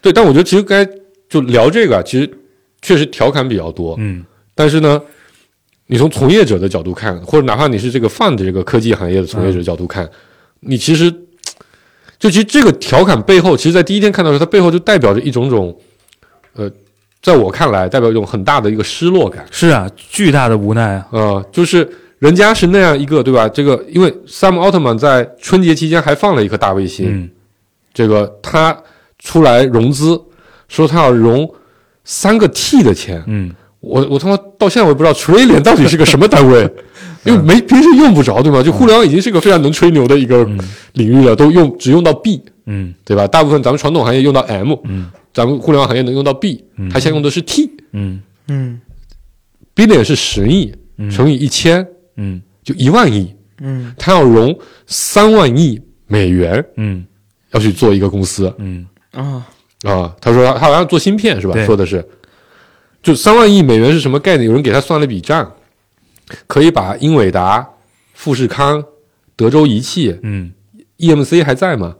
[SPEAKER 4] 对，但我觉得其实该就聊这个啊，其实确实调侃比较多，
[SPEAKER 3] 嗯
[SPEAKER 4] 但是呢，你从从业者的角度看，或者哪怕你是这个泛这个科技行业的从业者角度看，你其实就其实这个调侃背后，其实在第一天看到的时候，它背后就代表着一种种，呃，在我看来代表一种很大的一个失落感。
[SPEAKER 3] 是啊，巨大的无奈啊。
[SPEAKER 4] 呃，就是人家是那样一个，对吧？这个因为 Sam 奥特曼在春节期间还放了一颗大卫星，
[SPEAKER 3] 嗯
[SPEAKER 4] 这个他出来融资，说他要融三个 T 的钱，
[SPEAKER 3] 嗯，
[SPEAKER 4] 我我他妈到现在我也不知道 trillion 到底是个什么单 位，嗯因为没平时用不着，对吗？
[SPEAKER 3] 嗯
[SPEAKER 4] 就互联网已经是个非常能吹牛的一个领域了，都用只用到 B，
[SPEAKER 3] 嗯
[SPEAKER 4] 对吧？大部分咱们传统行业用到 M，
[SPEAKER 3] 嗯
[SPEAKER 4] 咱们互联网行业能用到 B，
[SPEAKER 3] 嗯
[SPEAKER 4] 他现在用的是 T，
[SPEAKER 3] 嗯
[SPEAKER 2] 嗯
[SPEAKER 4] billion 是十亿
[SPEAKER 3] 嗯
[SPEAKER 4] 乘以一千
[SPEAKER 3] 嗯
[SPEAKER 4] 就一万亿，
[SPEAKER 2] 嗯
[SPEAKER 4] 他要融三万亿美元
[SPEAKER 3] 嗯
[SPEAKER 4] 要去做一个公司，
[SPEAKER 3] 嗯
[SPEAKER 2] 啊，
[SPEAKER 4] 啊，他说他好像做芯片是吧？
[SPEAKER 3] 对
[SPEAKER 4] 说的是，就三万亿美元是什么概念？有人给他算了笔账，可以把英伟达、富士康、德州仪器、
[SPEAKER 3] 嗯，
[SPEAKER 4] EMC 还在吗？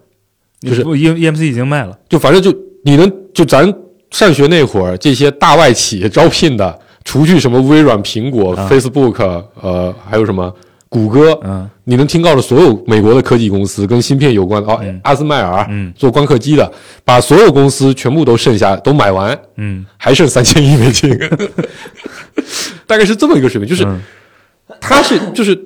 [SPEAKER 4] 就是
[SPEAKER 3] 不 E E M C 已经卖了。
[SPEAKER 4] 就反正就你能就咱上学那会儿，这些大外企业招聘的，除去什么微软、苹果、
[SPEAKER 3] 啊
[SPEAKER 4] Facebook，呃，还有什么谷歌，
[SPEAKER 3] 嗯
[SPEAKER 4] 你能听到的所有美国的科技公司跟芯片有关的，哦，
[SPEAKER 3] 嗯
[SPEAKER 4] 阿斯麦尔、
[SPEAKER 3] 嗯
[SPEAKER 4] 做光刻机的，把所有公司全部都剩下都买完。
[SPEAKER 3] 嗯，
[SPEAKER 4] 还剩三千亿 美金，大概是这么一个水平。就是
[SPEAKER 3] 嗯
[SPEAKER 4] 他是就是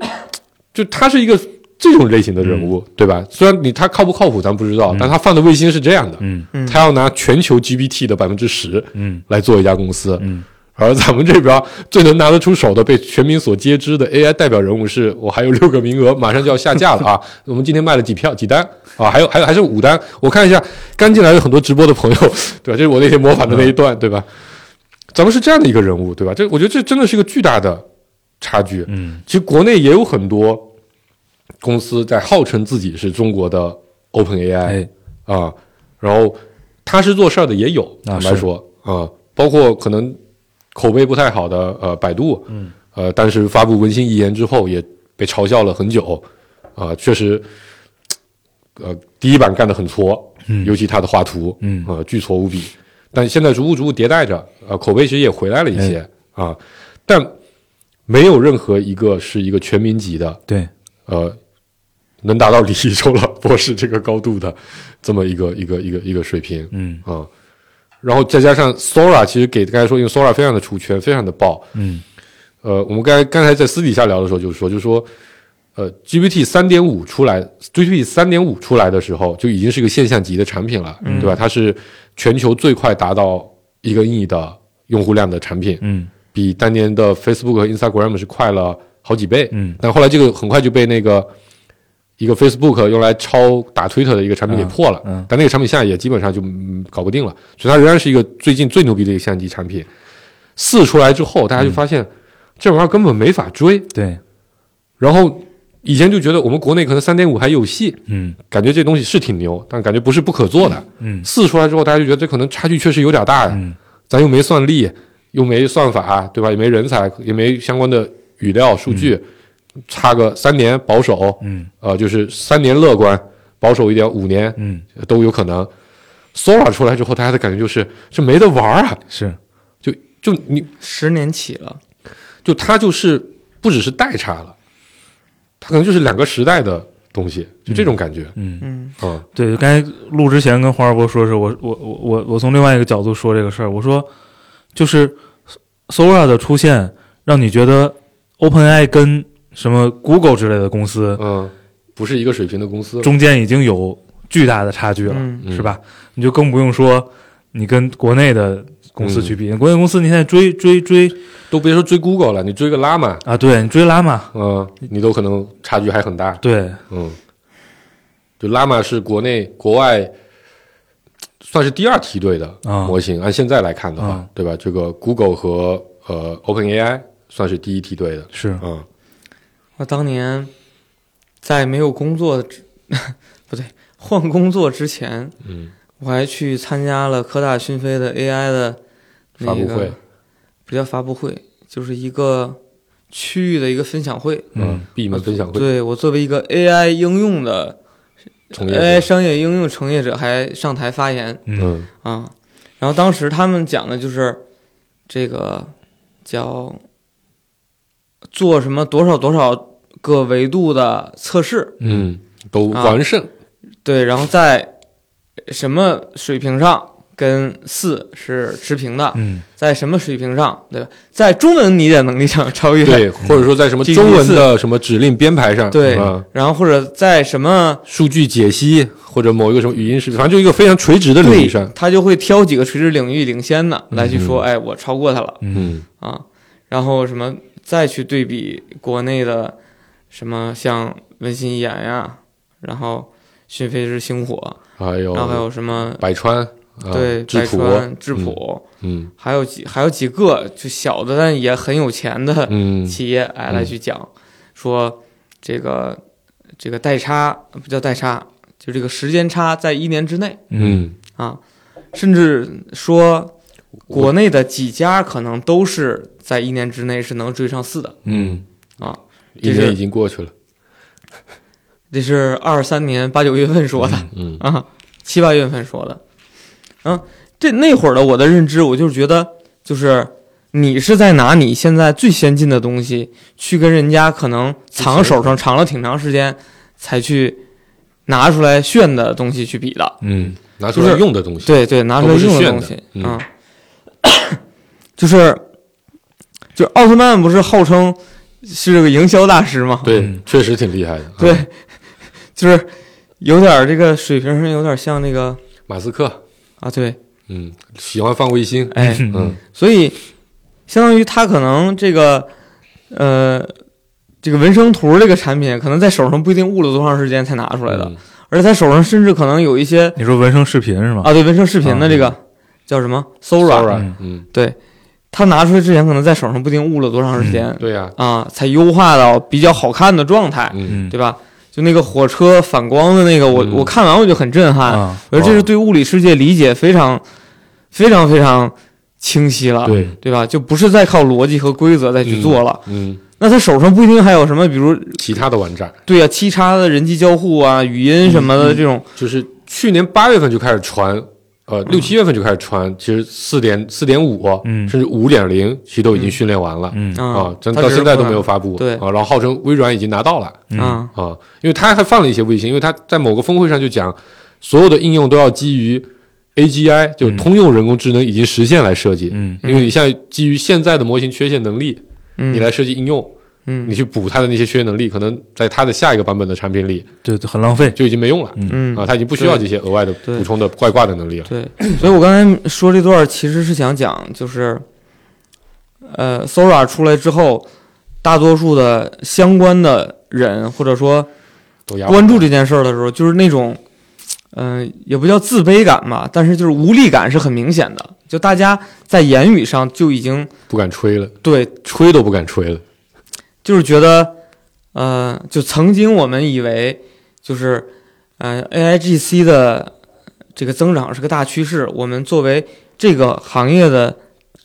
[SPEAKER 4] 就他是一个这种类型的人
[SPEAKER 3] 嗯
[SPEAKER 4] 物，对吧？虽然你他靠不靠谱咱不知道，但他放的卫星是这样的，
[SPEAKER 3] 嗯
[SPEAKER 2] 嗯
[SPEAKER 4] 他要拿全球 GPT 的百分之十
[SPEAKER 3] 嗯
[SPEAKER 4] 来做一家公司，
[SPEAKER 3] 嗯
[SPEAKER 4] 而咱们这边最能拿得出手的、被全民所皆知的 AI 代表人物是，我还有六个名额， 马上就要下架了啊！我们今天卖了几票几单啊？还有还有还是五单？我看一下，刚进来有很多直播的朋友， 对吧？这是我那天模仿的那一段，
[SPEAKER 3] 嗯
[SPEAKER 4] 对吧？咱们是这样的一个人物，对吧？这我觉得这真的是一个巨大的差距。
[SPEAKER 3] 嗯
[SPEAKER 4] 其实国内也有很多公司在号称自己是中国的 OpenAI
[SPEAKER 3] 哎
[SPEAKER 4] 啊、然后踏实做事儿的也有，坦白
[SPEAKER 3] 是
[SPEAKER 4] 说啊、包括可能口碑不太好的呃百度，
[SPEAKER 3] 嗯，
[SPEAKER 4] 呃，但是发布文心一言之后也被嘲笑了很久，啊、确实，呃，第一版干得很挫，
[SPEAKER 3] 嗯
[SPEAKER 4] 尤其它的画图，
[SPEAKER 3] 嗯
[SPEAKER 4] 呃，巨挫无比。但现在逐步逐步迭代着，呃，口碑其实也回来了一些
[SPEAKER 3] 哎
[SPEAKER 4] 啊、但没有任何一个是一个全民级的，
[SPEAKER 3] 对
[SPEAKER 4] 呃，能达到李一周老博士这个高度的这么一个一个一个一个水平
[SPEAKER 3] 嗯
[SPEAKER 4] 啊、然后再加上 Sora，其实给刚才说，因为 Sora 非常的出圈，非常的爆，
[SPEAKER 3] 嗯
[SPEAKER 4] 呃，我们刚才刚才在私底下聊的时候，就是说，就是说，呃，GPT 三点五出来，GPT 三点五出来的时候，就已经是个现象级的产品了，对吧？它是全球最快达到一个亿的用户量的产品，
[SPEAKER 3] 嗯
[SPEAKER 4] 比当年的 Facebook 和 Instagram 是快了好几倍。
[SPEAKER 3] 嗯
[SPEAKER 4] 但后来这个很快就被那个一个 Facebook 用来抄打 Twitter 的一个产品给破了，
[SPEAKER 3] 嗯
[SPEAKER 4] 但那个产品现在也基本上就、嗯搞不定了，所以它仍然是一个最近最牛逼的一个相机产品。四出来之后，大家
[SPEAKER 3] 嗯
[SPEAKER 4] 就发现、这玩意儿根本没法追，
[SPEAKER 3] 对，
[SPEAKER 4] 然后以前就觉得我们国内可能三点五还有戏，
[SPEAKER 3] 嗯
[SPEAKER 4] 感觉这东西是挺牛，但感觉不是不可做的。
[SPEAKER 3] 嗯
[SPEAKER 4] 四出来之后，大家就觉得这可能差距确实有点大呀，
[SPEAKER 3] 嗯
[SPEAKER 4] 咱又没算力，又没算法，对吧？也没人才，也没相关的语料数据，差个三年保守，
[SPEAKER 3] 嗯
[SPEAKER 4] 呃，就是三年乐观，保守一点，五年
[SPEAKER 3] 嗯，
[SPEAKER 4] 呃都有可能。Sora 出来之后，大家的感觉就是这没得玩儿啊，
[SPEAKER 3] 是，
[SPEAKER 4] 就就你
[SPEAKER 2] 十年起了，
[SPEAKER 4] 就它就是不只是代差了，它可能就是两个时代的东西，就这种感觉，
[SPEAKER 3] 嗯。
[SPEAKER 2] 嗯，
[SPEAKER 4] 嗯
[SPEAKER 3] 对，刚才录之前跟黄二波说是我我我我我从另外一个角度说这个事儿，我说就是 Sora 的出现让你觉得 OpenAI 跟什么 Google 之类的公司
[SPEAKER 4] 嗯，不是一个水平的公司了，
[SPEAKER 3] 中间已经有巨大的差距了，
[SPEAKER 2] 嗯
[SPEAKER 4] 嗯
[SPEAKER 3] 是吧？你就更不用说你跟国内的公司去比，国内公司你现在追追追
[SPEAKER 4] 都别说追 Google 了，你追个拉玛，
[SPEAKER 3] 啊，对你追拉玛，
[SPEAKER 4] 嗯，你都可能差距还很大。
[SPEAKER 3] 对，
[SPEAKER 4] 嗯，就拉玛是国内国外算是第二梯队的
[SPEAKER 3] 啊
[SPEAKER 4] 模型，按现在来看的话，
[SPEAKER 3] 啊
[SPEAKER 4] 对吧？这个 Google 和呃 OpenAI 算是第一梯队的。
[SPEAKER 3] 是，
[SPEAKER 4] 嗯
[SPEAKER 2] 我当年在没有工作之， 不对，换工作之前，
[SPEAKER 4] 嗯，
[SPEAKER 2] 我还去参加了科大讯飞的 AI 的那
[SPEAKER 4] 发布
[SPEAKER 2] 个
[SPEAKER 4] 会，
[SPEAKER 2] 不叫发布会，就是一个区域的一个分享会。
[SPEAKER 4] 嗯
[SPEAKER 3] 嗯，
[SPEAKER 4] 闭门分享会，
[SPEAKER 2] 对我作为一个 AI 应用的
[SPEAKER 4] 从业
[SPEAKER 2] AI
[SPEAKER 4] 者，
[SPEAKER 2] 哎商业应用从业者，还上台发言
[SPEAKER 3] 嗯
[SPEAKER 4] 嗯
[SPEAKER 2] 啊。然后当时他们讲的就是这个叫做什么多少多少个维度的测试，
[SPEAKER 4] 嗯，都完胜，
[SPEAKER 2] 对，然后在什么水平上跟四是持平的，
[SPEAKER 3] 嗯
[SPEAKER 2] 在什么水平上，对吧？在中文理解能力上超越，
[SPEAKER 4] 对，或者说在什么
[SPEAKER 2] 这
[SPEAKER 4] 中
[SPEAKER 2] 一
[SPEAKER 4] 文
[SPEAKER 2] 次
[SPEAKER 4] 的什么指令编排上，
[SPEAKER 2] 对
[SPEAKER 4] 嗯
[SPEAKER 2] 然后或者在什么
[SPEAKER 4] 数据解析或者某一个什么语音视频，反正就一个非常垂直的领
[SPEAKER 2] 对
[SPEAKER 4] 域上，，
[SPEAKER 2] 他就会挑几个垂直领域领先的来去说，
[SPEAKER 4] 嗯
[SPEAKER 2] 哎，我超过他了
[SPEAKER 3] 嗯
[SPEAKER 4] 嗯
[SPEAKER 2] 啊。然后什么再去对比国内的什么像文心一言呀，然后讯飞是星火，
[SPEAKER 4] 还有
[SPEAKER 2] 然后还有什么
[SPEAKER 4] 百川，啊
[SPEAKER 2] 对
[SPEAKER 4] 智
[SPEAKER 2] 百
[SPEAKER 4] 谱，
[SPEAKER 2] 川、智
[SPEAKER 4] 嗯
[SPEAKER 2] 谱，
[SPEAKER 4] 嗯
[SPEAKER 2] 还有几还有几个就小的但也很有钱的
[SPEAKER 4] 嗯，
[SPEAKER 2] 企业哎来
[SPEAKER 4] 嗯
[SPEAKER 2] 去讲，说这个这个代差不叫代差，就这个时间差在一年之内
[SPEAKER 3] 嗯
[SPEAKER 4] 嗯
[SPEAKER 2] 啊，甚至说国内的几家可能都是在一年之内是能追上四的
[SPEAKER 4] 嗯，
[SPEAKER 2] 啊，
[SPEAKER 4] 一
[SPEAKER 2] 这
[SPEAKER 4] 年
[SPEAKER 2] 是
[SPEAKER 4] 已经过去了，
[SPEAKER 2] 这是二三年八九月份说的
[SPEAKER 4] 嗯
[SPEAKER 2] 啊，七八月份说的，嗯，这那会儿的我的认知，我就是觉得就是。你是在拿你现在最先进的东西去跟人家可能藏手上藏了挺长时间，才去拿出来炫的东西去比的。
[SPEAKER 4] 嗯，拿出来用的东西，
[SPEAKER 2] 对对，拿出来用东西
[SPEAKER 4] 都不是炫的嗯
[SPEAKER 2] 啊，就是就是奥特曼不是号称是个营销大师吗？
[SPEAKER 4] 对
[SPEAKER 3] 嗯，
[SPEAKER 4] 确实挺厉害的。
[SPEAKER 2] 对
[SPEAKER 4] 嗯，
[SPEAKER 2] 就是有点儿这个水平上有点像那个
[SPEAKER 4] 马斯克，
[SPEAKER 2] 啊，对，
[SPEAKER 4] 嗯，喜欢放卫星，
[SPEAKER 2] 哎，
[SPEAKER 4] 嗯
[SPEAKER 2] 所以相当于他可能这个呃这个纹身图这个产品，可能在手上不一定捂了多长时间才拿出来的，
[SPEAKER 4] 嗯
[SPEAKER 2] 而且在手上甚至可能有一些
[SPEAKER 3] 你说纹身视频是吗？
[SPEAKER 2] 啊，对，纹身视频的
[SPEAKER 3] 啊
[SPEAKER 2] 这个、叫什么 Sora，
[SPEAKER 4] ，Sora，
[SPEAKER 3] 嗯
[SPEAKER 4] 嗯，
[SPEAKER 2] 对，他拿出来之前可能在手上不一定捂了多长时间、
[SPEAKER 4] 对呀，
[SPEAKER 2] 啊，才优化到比较好看的状态，
[SPEAKER 4] 嗯
[SPEAKER 3] 嗯
[SPEAKER 2] 对吧？就那个火车反光的那个，我、
[SPEAKER 4] 嗯
[SPEAKER 2] 我看完我就很震撼，
[SPEAKER 3] 啊，
[SPEAKER 2] 我说这是对物理世界理解非常、非常非常清晰了，
[SPEAKER 4] 对，
[SPEAKER 2] 对吧？就不是再靠逻辑和规则再去做了。
[SPEAKER 4] 嗯，
[SPEAKER 2] 那他手上不一定还有什么，比如
[SPEAKER 4] 其他的网站
[SPEAKER 2] 对啊，七叉的人机交互啊、语音什么
[SPEAKER 4] 嗯
[SPEAKER 2] 的这种，
[SPEAKER 4] 就是去年八月份就开始传。呃，六七月份就开始传，其实四点四点五，
[SPEAKER 3] 嗯
[SPEAKER 4] 甚至五点零，其实都已经训练完了、
[SPEAKER 3] 嗯
[SPEAKER 2] 啊
[SPEAKER 4] 啊，，真
[SPEAKER 2] 他
[SPEAKER 4] 到
[SPEAKER 2] 只是
[SPEAKER 4] 现在都
[SPEAKER 2] 不
[SPEAKER 4] 没有发布，
[SPEAKER 2] 对
[SPEAKER 4] 啊，然后号称微软已经拿到了，
[SPEAKER 2] 能啊，
[SPEAKER 4] 啊，因为他还放了一些卫星，因为他在某个峰会上就讲，所有的应用都要基于 AGI，就是通用人工智能已经实现来设计。
[SPEAKER 3] 嗯
[SPEAKER 4] 因为你像基于现在的模型缺陷能力，
[SPEAKER 2] 嗯，
[SPEAKER 4] 你来设计应用，
[SPEAKER 2] 嗯
[SPEAKER 4] 你去补它的那些缺能力，可能在它的下一个版本的产品里
[SPEAKER 3] 对，对很浪费。
[SPEAKER 4] 就已经没用了。
[SPEAKER 2] 嗯
[SPEAKER 4] 啊，它已经不需要这些额外的
[SPEAKER 2] 对
[SPEAKER 4] 补充的外挂的能力了。
[SPEAKER 2] 对，所以我刚才说这段儿其实是想讲，就是，呃，Sora 出来之后，大多数的相关的人或者说
[SPEAKER 4] 都压
[SPEAKER 2] 关注这件事儿的时候，就是那种，嗯、也不叫自卑感吧，但是就是无力感是很明显的。就大家在言语上就已经
[SPEAKER 4] 不敢吹了，
[SPEAKER 2] 对
[SPEAKER 4] 吹都不敢吹了。
[SPEAKER 2] 就是觉得，呃，就曾经我们以为就是，呃，AIGC 的这个增长是个大趋势。我们作为这个行业的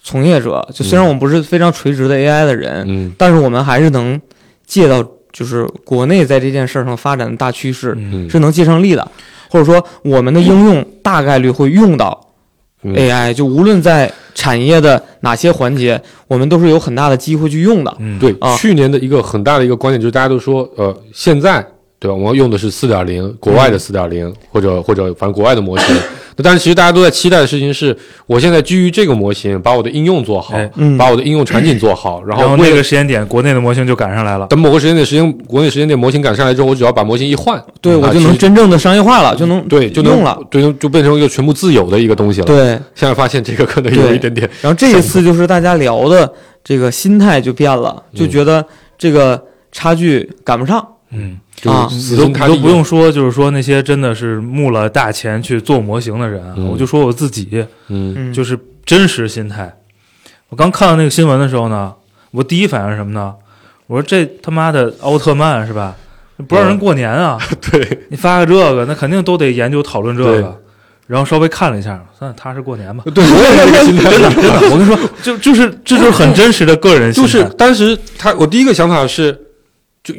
[SPEAKER 2] 从业者，就虽然
[SPEAKER 4] 嗯
[SPEAKER 2] 我们不是非常垂直的 AI 的人，
[SPEAKER 4] 嗯
[SPEAKER 2] 但是我们还是能借到就是国内在这件事儿上发展的大趋势，
[SPEAKER 3] 嗯
[SPEAKER 4] 嗯
[SPEAKER 2] 是能借上力的。或者说，我们的应用大概率会用到
[SPEAKER 4] 嗯
[SPEAKER 2] AI，、就无论在产业的哪些环节，我们都是有很大的机会去用的。
[SPEAKER 3] 嗯，
[SPEAKER 4] 对，
[SPEAKER 2] 啊
[SPEAKER 4] 去年的一个很大的一个观点就是大家都说，呃，现在对吧，我们用的是四点零，
[SPEAKER 2] 嗯
[SPEAKER 4] 国外的四点零，或者或者反正国外的模型。那但是其实大家都在期待的事情是，我现在基于这个模型把我的应用做好，
[SPEAKER 3] 哎
[SPEAKER 2] 嗯
[SPEAKER 4] 把我的应用场景 做好，然
[SPEAKER 3] 然后
[SPEAKER 4] 为
[SPEAKER 3] 那
[SPEAKER 4] 了
[SPEAKER 3] 个时间点，国内的模型就赶上来了。
[SPEAKER 4] 等某个时间点时间国内时间点模型赶上来之后，我只要把模型一换，
[SPEAKER 2] 对，
[SPEAKER 4] 啊
[SPEAKER 2] 我就
[SPEAKER 4] 其
[SPEAKER 2] 能
[SPEAKER 4] 实
[SPEAKER 2] 真正的商业化了，就能
[SPEAKER 4] 对就能
[SPEAKER 2] 用了。，
[SPEAKER 4] 对就变成一个全部自有的一个东西了。
[SPEAKER 2] 对，
[SPEAKER 4] 现在发现这个可能
[SPEAKER 2] 对
[SPEAKER 4] 有一点点，
[SPEAKER 2] 然后这一次就是大家聊的这个心态就变了，
[SPEAKER 4] 嗯
[SPEAKER 2] 就觉得这个差距赶不上。
[SPEAKER 3] 嗯，
[SPEAKER 2] 啊
[SPEAKER 4] 就是
[SPEAKER 3] 你
[SPEAKER 4] 死
[SPEAKER 3] 都
[SPEAKER 4] 心
[SPEAKER 3] 你
[SPEAKER 4] 塌
[SPEAKER 3] 都
[SPEAKER 4] 地
[SPEAKER 3] 不用说，就是说那些真的是募了大钱去做模型的人啊，
[SPEAKER 4] 嗯
[SPEAKER 3] 我就说我自己，
[SPEAKER 4] 嗯
[SPEAKER 2] 嗯，
[SPEAKER 3] 就是是真实心态。我刚看到那个新闻的时候呢，我第一反应是什么呢？我说这他妈的奥特曼是吧？不让人过年啊！ 对你发个这个，那肯定都得研究讨论这
[SPEAKER 4] 对
[SPEAKER 3] 个。然后稍微看了一下，算踏实过年吧。
[SPEAKER 4] 对我也是这个心态，真 的
[SPEAKER 3] 真的， 我跟你说，就就是这就是很真实的个人心
[SPEAKER 4] 就
[SPEAKER 3] 态。
[SPEAKER 4] 是当时他，我第一个想法是，就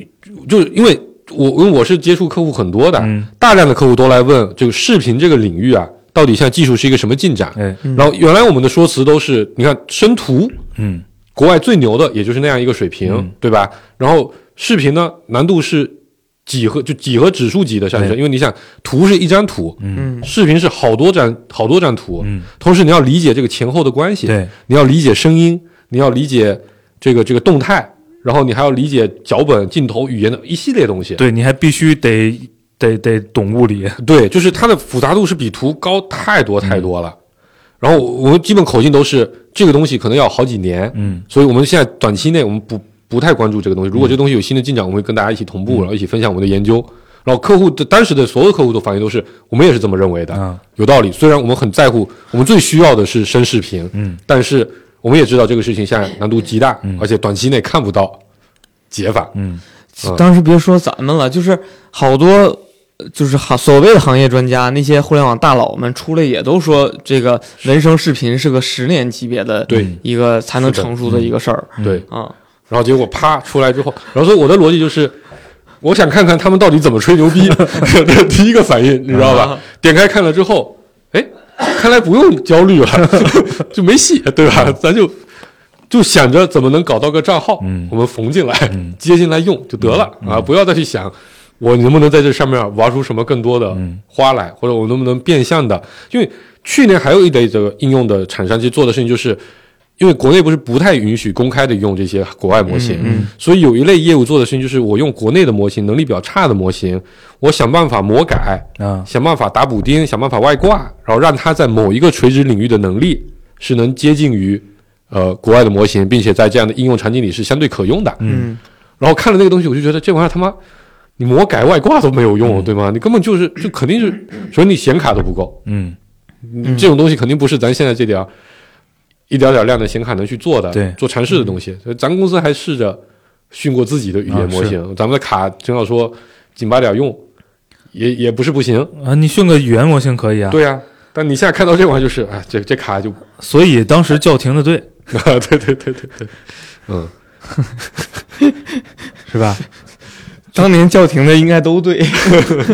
[SPEAKER 4] 就是因为我因为我是接触客户很多的，
[SPEAKER 3] 嗯，
[SPEAKER 4] 大量的客户都来问，就视频这个领域啊，到底现在技术是一个什么进展？
[SPEAKER 3] 哎，
[SPEAKER 2] 嗯
[SPEAKER 4] 然后原来我们的说辞都是，你看生图，
[SPEAKER 3] 嗯，
[SPEAKER 4] 国外最牛的也就是那样一个水平，
[SPEAKER 3] 嗯
[SPEAKER 4] 对吧？然后视频呢，难度是几何就几何指数级的上升，
[SPEAKER 3] 对
[SPEAKER 4] 因为你想图是一张图，
[SPEAKER 2] 嗯
[SPEAKER 4] 视频是好多张好多张图，
[SPEAKER 3] 嗯，
[SPEAKER 4] 同时你要理解这个前后的关系，
[SPEAKER 3] 对，
[SPEAKER 4] 你要理解声音，你要理解这个这个动态，然后你还要理解脚本、镜头、语言的一系列东西。
[SPEAKER 3] 对，你还必须得得得懂物理。
[SPEAKER 4] 对，就是它的复杂度是比图高太多
[SPEAKER 3] 嗯
[SPEAKER 4] 太多了。然后我们基本口径都是这个东西可能要好几年，
[SPEAKER 3] 嗯，
[SPEAKER 4] 所以我们现在短期内我们不不太关注这个东西。如果这东西有新的进展，我们会跟大家一起
[SPEAKER 3] 嗯
[SPEAKER 4] 同步，然后一起分享我们的研究。然后客户的当时的所有客户的反应都是，我们也是这么认为的，
[SPEAKER 3] 嗯
[SPEAKER 4] 有道理。虽然我们很在乎，我们最需要的是深视频，
[SPEAKER 3] 嗯，
[SPEAKER 4] 但是我们也知道这个事情现在难度极大，而且短期内看不到解法。
[SPEAKER 3] 嗯，
[SPEAKER 4] 嗯
[SPEAKER 2] 当时别说咱们了，就是好多呃就是行所谓的行业专家，那些互联网大佬们出来也都说，这个人声视频是个十年级别的
[SPEAKER 4] 对
[SPEAKER 2] 一个才能
[SPEAKER 4] 是的嗯
[SPEAKER 2] 成熟的一个事儿
[SPEAKER 3] 嗯
[SPEAKER 4] 对，
[SPEAKER 2] 啊。
[SPEAKER 4] 然后结果啪出来之后，然后所以我的逻辑就是，我想看看他们到底怎么吹牛逼，这是 第一个反应，你知道吧？点开看了之后，哎，看来不用焦虑了， 就没戏，对吧？咱就就想着怎么能搞到个账号，
[SPEAKER 3] 嗯
[SPEAKER 4] 我们缝进来，接进来用就得了、啊，不要再去想。我能不能在这上面玩出什么更多的花来，或者我能不能变相的？因为去年还有一类这个应用的厂商去做的事情，就是因为国内不是不太允许公开的用这些国外模型，所以有一类业务做的事情就是，我用国内的模型，能力比较差的模型，我想办法魔改，
[SPEAKER 3] 啊，
[SPEAKER 4] 想办法打补丁，想办法外挂，然后让它在某一个垂直领域的能力是能接近于呃国外的模型，并且在这样的应用场景里是相对可用的。
[SPEAKER 2] 嗯，
[SPEAKER 4] 然后看了那个东西，我就觉得这玩意儿他妈你魔改外挂都没有用，对吗？你根本就是就肯定是，首先你显卡都不够，
[SPEAKER 3] 嗯，
[SPEAKER 4] 嗯这种东西肯定不是咱现在这点儿一点点量的显卡能去做的，
[SPEAKER 3] 对
[SPEAKER 4] 做尝试的东西。所以咱公司还试着训过自己的语言模型，咱们的卡正好说紧巴点儿用，也也不是不行，
[SPEAKER 3] 啊，你训个语言模型可以啊。
[SPEAKER 4] 对呀、但你现在看到这玩意儿就是，哎，这这卡就，
[SPEAKER 3] 所以当时叫停的对，
[SPEAKER 4] 对对对对对，嗯，
[SPEAKER 3] 是 吧？
[SPEAKER 2] 当年叫停的应该都对，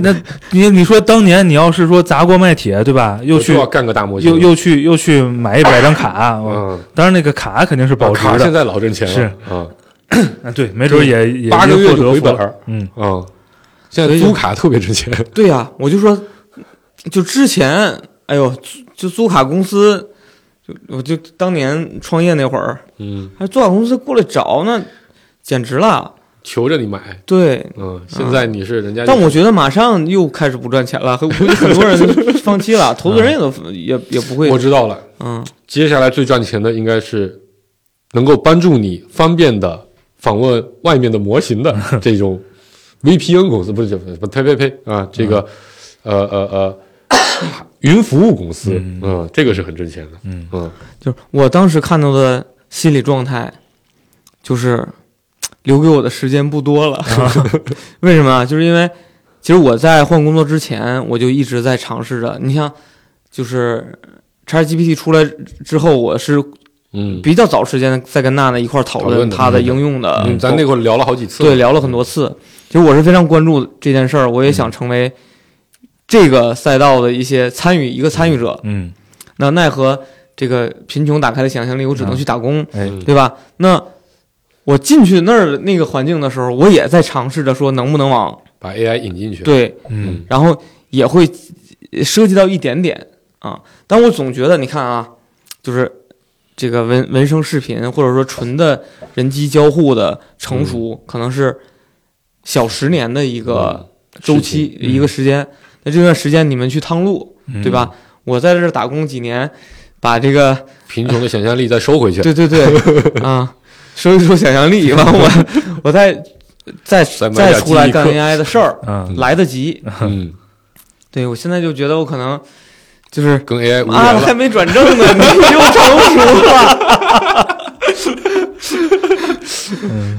[SPEAKER 3] 那你你说当年你要是说砸锅卖铁，对吧？又
[SPEAKER 4] 我
[SPEAKER 3] 去
[SPEAKER 4] 就要干个大模型，啊
[SPEAKER 3] 又又去又去买一百张卡，我
[SPEAKER 4] 嗯，
[SPEAKER 3] 当然那个卡肯定是保值
[SPEAKER 4] 卡现
[SPEAKER 3] 的，
[SPEAKER 4] 在老挣钱了，
[SPEAKER 3] 是
[SPEAKER 4] 啊
[SPEAKER 3] 啊对，没准也也
[SPEAKER 4] 八个
[SPEAKER 3] 也
[SPEAKER 4] 月
[SPEAKER 3] 获
[SPEAKER 4] 就
[SPEAKER 3] 得
[SPEAKER 4] 回
[SPEAKER 3] 福
[SPEAKER 4] 本
[SPEAKER 3] 了
[SPEAKER 4] 儿，
[SPEAKER 3] 嗯
[SPEAKER 4] 嗯，现在租卡特别挣钱，
[SPEAKER 2] 对呀、我就说，就之前，哎呦，租就租卡公司，就我就当年创业那会儿，哎
[SPEAKER 4] 嗯，
[SPEAKER 2] 还租卡公司过来找呢，简直了。
[SPEAKER 4] 求着你买。
[SPEAKER 2] 对，
[SPEAKER 4] 嗯，现在你是人家就，
[SPEAKER 2] 但我觉得马上又开始不赚钱了，我估计很多 人就放弃了，投资人也都也也不会
[SPEAKER 4] 我，知道了，
[SPEAKER 2] 嗯，
[SPEAKER 4] 接下来最赚钱的应该是能够帮助你方便的访问外面的模型的这 种 VPN 公司，不是不是不呸呸呸啊，这个、呃呃呃云服务公司，嗯
[SPEAKER 3] 嗯
[SPEAKER 4] 这个是很挣钱的，
[SPEAKER 3] 嗯
[SPEAKER 4] 嗯
[SPEAKER 2] 就是我当时看到的心理状态，就是留给我的时间不多了。为什么啊？就是因为其实我在换工作之前，我就一直在尝试着。你像，就是 ChatGPT 出来之后，我是
[SPEAKER 4] 嗯
[SPEAKER 2] 比较早时间在跟娜娜一块儿讨
[SPEAKER 4] 讨论
[SPEAKER 2] 论
[SPEAKER 4] 的
[SPEAKER 2] 它的应用的
[SPEAKER 4] 嗯，咱那会儿聊了好几次，
[SPEAKER 2] 对，聊了很多次。其实我是非常关注这件事儿，我也想成为这个赛道的一些参与一个参与者。
[SPEAKER 3] 嗯，
[SPEAKER 2] 那奈何这个贫穷打开了想象力，我只能去打工，
[SPEAKER 3] 哎，
[SPEAKER 4] 嗯
[SPEAKER 2] 对吧？那我进去那儿那个环境的时候，我也在尝试着说能不能往
[SPEAKER 4] 把 AI 引进去，，
[SPEAKER 2] 对，
[SPEAKER 3] 嗯，
[SPEAKER 2] 然后也会呃涉及到一点点啊。但我总觉得，你看啊，就是这个文文声视频，或者说纯的人机交互的成熟，可能是小十年的一个周期、
[SPEAKER 3] 嗯
[SPEAKER 2] 一个时间。那这段时间你们去趟路，
[SPEAKER 3] 嗯
[SPEAKER 2] 对？吧？我在这儿打工几年，把这个
[SPEAKER 4] 贫穷的想象力再收回去，
[SPEAKER 2] 对对 对啊，收一收想象力，完我我再再
[SPEAKER 4] 再买
[SPEAKER 2] 再
[SPEAKER 4] 点
[SPEAKER 2] 出来
[SPEAKER 4] 记忆
[SPEAKER 2] 干
[SPEAKER 4] 课
[SPEAKER 2] AI 的事儿，
[SPEAKER 3] 嗯，
[SPEAKER 2] 来得及。
[SPEAKER 4] 嗯，
[SPEAKER 2] 对我现在就觉得我可能就是
[SPEAKER 4] 跟 AI 无
[SPEAKER 2] 啊，
[SPEAKER 4] 缘
[SPEAKER 2] 我
[SPEAKER 4] 了
[SPEAKER 2] 还，没转正 呢，你又成熟了。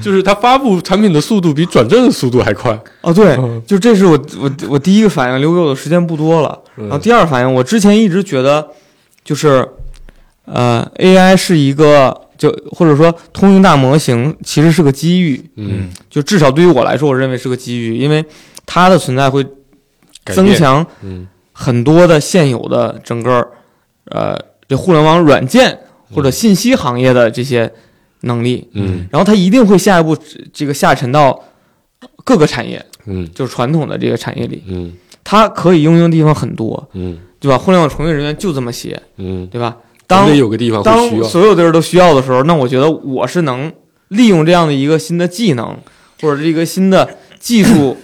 [SPEAKER 4] 就是它发布产品的速度比转正的速度还快，
[SPEAKER 2] 哦，对，
[SPEAKER 4] 嗯
[SPEAKER 2] 就这是我我我第一个反应，留给我的时间不多了。
[SPEAKER 4] 嗯
[SPEAKER 2] 然后第二反应，我之前一直觉得就是呃，AI 是一个就或者说通用大模型其实是个机遇，
[SPEAKER 4] 嗯，
[SPEAKER 2] 就至少对于我来说，我认为是个机遇，因为它的存在会
[SPEAKER 4] 改
[SPEAKER 2] 增
[SPEAKER 4] 变，
[SPEAKER 2] 强
[SPEAKER 4] 嗯
[SPEAKER 2] 很多的现有的整个呃这互联网软件或者信息行业的这些能力。
[SPEAKER 4] 嗯
[SPEAKER 2] 然后它一定会下一步这这个下沉到各个产业，
[SPEAKER 4] 嗯
[SPEAKER 2] 就是传统的这个产业里，
[SPEAKER 4] 嗯
[SPEAKER 2] 它可以应用的地方很多，
[SPEAKER 4] 嗯
[SPEAKER 2] 对吧？互联网从业人员就这么些，
[SPEAKER 4] 嗯，
[SPEAKER 2] 对吧？当
[SPEAKER 4] 得有个地方会需
[SPEAKER 2] 当
[SPEAKER 4] 要，
[SPEAKER 2] 所有的人都需要的时候，那我觉得我是能利用这样的一个新的技能，或者是一个新的技 术，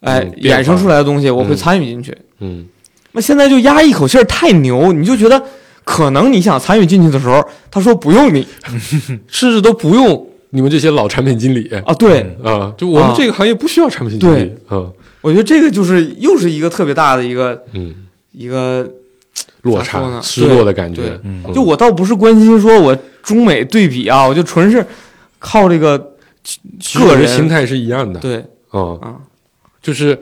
[SPEAKER 2] 哎，
[SPEAKER 4] 嗯变化
[SPEAKER 2] 衍生出来的东西，我会
[SPEAKER 4] 嗯
[SPEAKER 2] 参与进去。
[SPEAKER 4] 嗯
[SPEAKER 2] 那现在就压一口气儿太牛，你就觉得可能你想参与进去的时候，他说不用 你
[SPEAKER 4] 甚至都不用你们这些老产品经理
[SPEAKER 2] 啊，对，
[SPEAKER 3] 嗯
[SPEAKER 4] 啊，就我们这个行业不需要产品经理啊，
[SPEAKER 2] 我觉得这个就是又是一个特别大的一个
[SPEAKER 4] 嗯，
[SPEAKER 2] 一个，
[SPEAKER 4] 落
[SPEAKER 2] 咋说
[SPEAKER 4] 差、
[SPEAKER 2] 呢
[SPEAKER 4] 失落的感觉
[SPEAKER 2] 对，
[SPEAKER 3] 嗯
[SPEAKER 2] 就我倒不是关心说我中美对比啊，我就纯是靠这个
[SPEAKER 4] 其实我
[SPEAKER 2] 个
[SPEAKER 4] 觉得
[SPEAKER 2] 人
[SPEAKER 4] 心态是一样的
[SPEAKER 2] 对
[SPEAKER 4] 啊，
[SPEAKER 2] 啊，
[SPEAKER 4] 就是